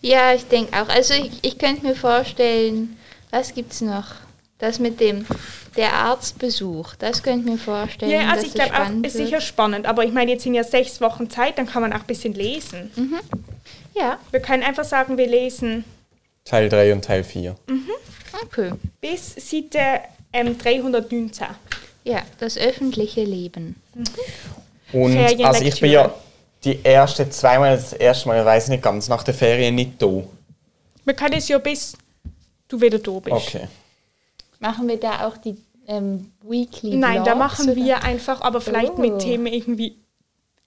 S2: Ja, ich denke auch. Also ich, ich könnte mir vorstellen, was gibt's noch? Das mit dem der Arztbesuch, das könnte ich mir vorstellen.
S1: Ja,
S2: dass
S1: also ich
S2: es
S1: glaube auch,
S2: spannend
S1: ist
S2: wird.
S1: sicher spannend. Aber ich meine, jetzt sind ja sechs Wochen Zeit, dann kann man auch ein bisschen lesen.
S2: Mhm. Ja,
S1: Wir können einfach sagen, wir lesen
S3: Teil 3 und Teil 4.
S2: okay.
S1: bis Seite ähm, 319.
S2: Ja, das öffentliche Leben.
S3: Und
S1: Ferienlektüre.
S3: also ich bin ja die ersten zweimal, das erste Mal, ich weiß nicht ganz, nach der Ferien nicht da.
S1: Wir können es ja bis du wieder da bist.
S3: Okay.
S2: Machen wir da auch die ähm, Weekly
S1: Nein, da
S2: Vlogs
S1: machen
S2: oder
S1: wir einfach, aber vielleicht
S2: Oh.
S1: mit Themen irgendwie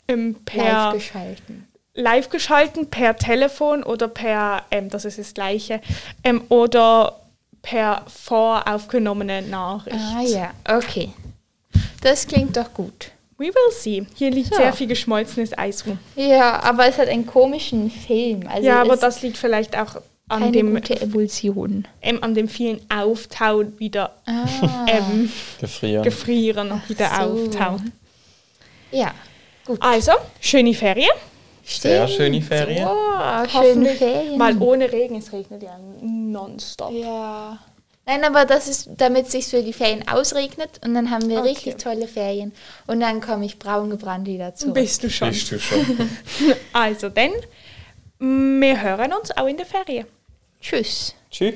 S1: ähm,
S2: live
S1: per live,
S2: geschalten.
S1: geschalten, per Telefon oder per, ähm, das ist das Gleiche, ähm, oder per voraufgenommene Nachricht.
S2: Ah ja, okay. Das klingt doch gut.
S1: We will see. Hier liegt
S2: So.
S1: sehr viel geschmolzenes Eis rum.
S2: Ja, aber es hat einen komischen Film. Also
S1: Ja, aber
S2: es-
S1: das liegt vielleicht auch an
S9: Keine
S1: dem
S9: gute Emulsion.
S1: ähm, an dem vielen Auftauen wieder
S2: Ah.
S1: ähm,
S3: Gefrieren.
S1: gefrieren und wieder auftauen.
S9: Ja.
S1: Also, schöne Ferien.
S3: Sehr schöne Ferien.
S9: Oh, schöne
S1: Hoffentlich.
S9: Ferien.
S1: Weil ohne Regen, es regnet ja nonstop.
S2: Ja. Nein, aber das ist, damit sich für die Ferien ausregnet und dann haben wir richtig tolle Ferien. Und dann komme ich braun gebrannt wieder zurück.
S1: Bist du schon.
S3: Bist du schon.
S1: Also dann, wir hören uns auch in der Ferien.
S9: Tschüss.
S3: Tschüss.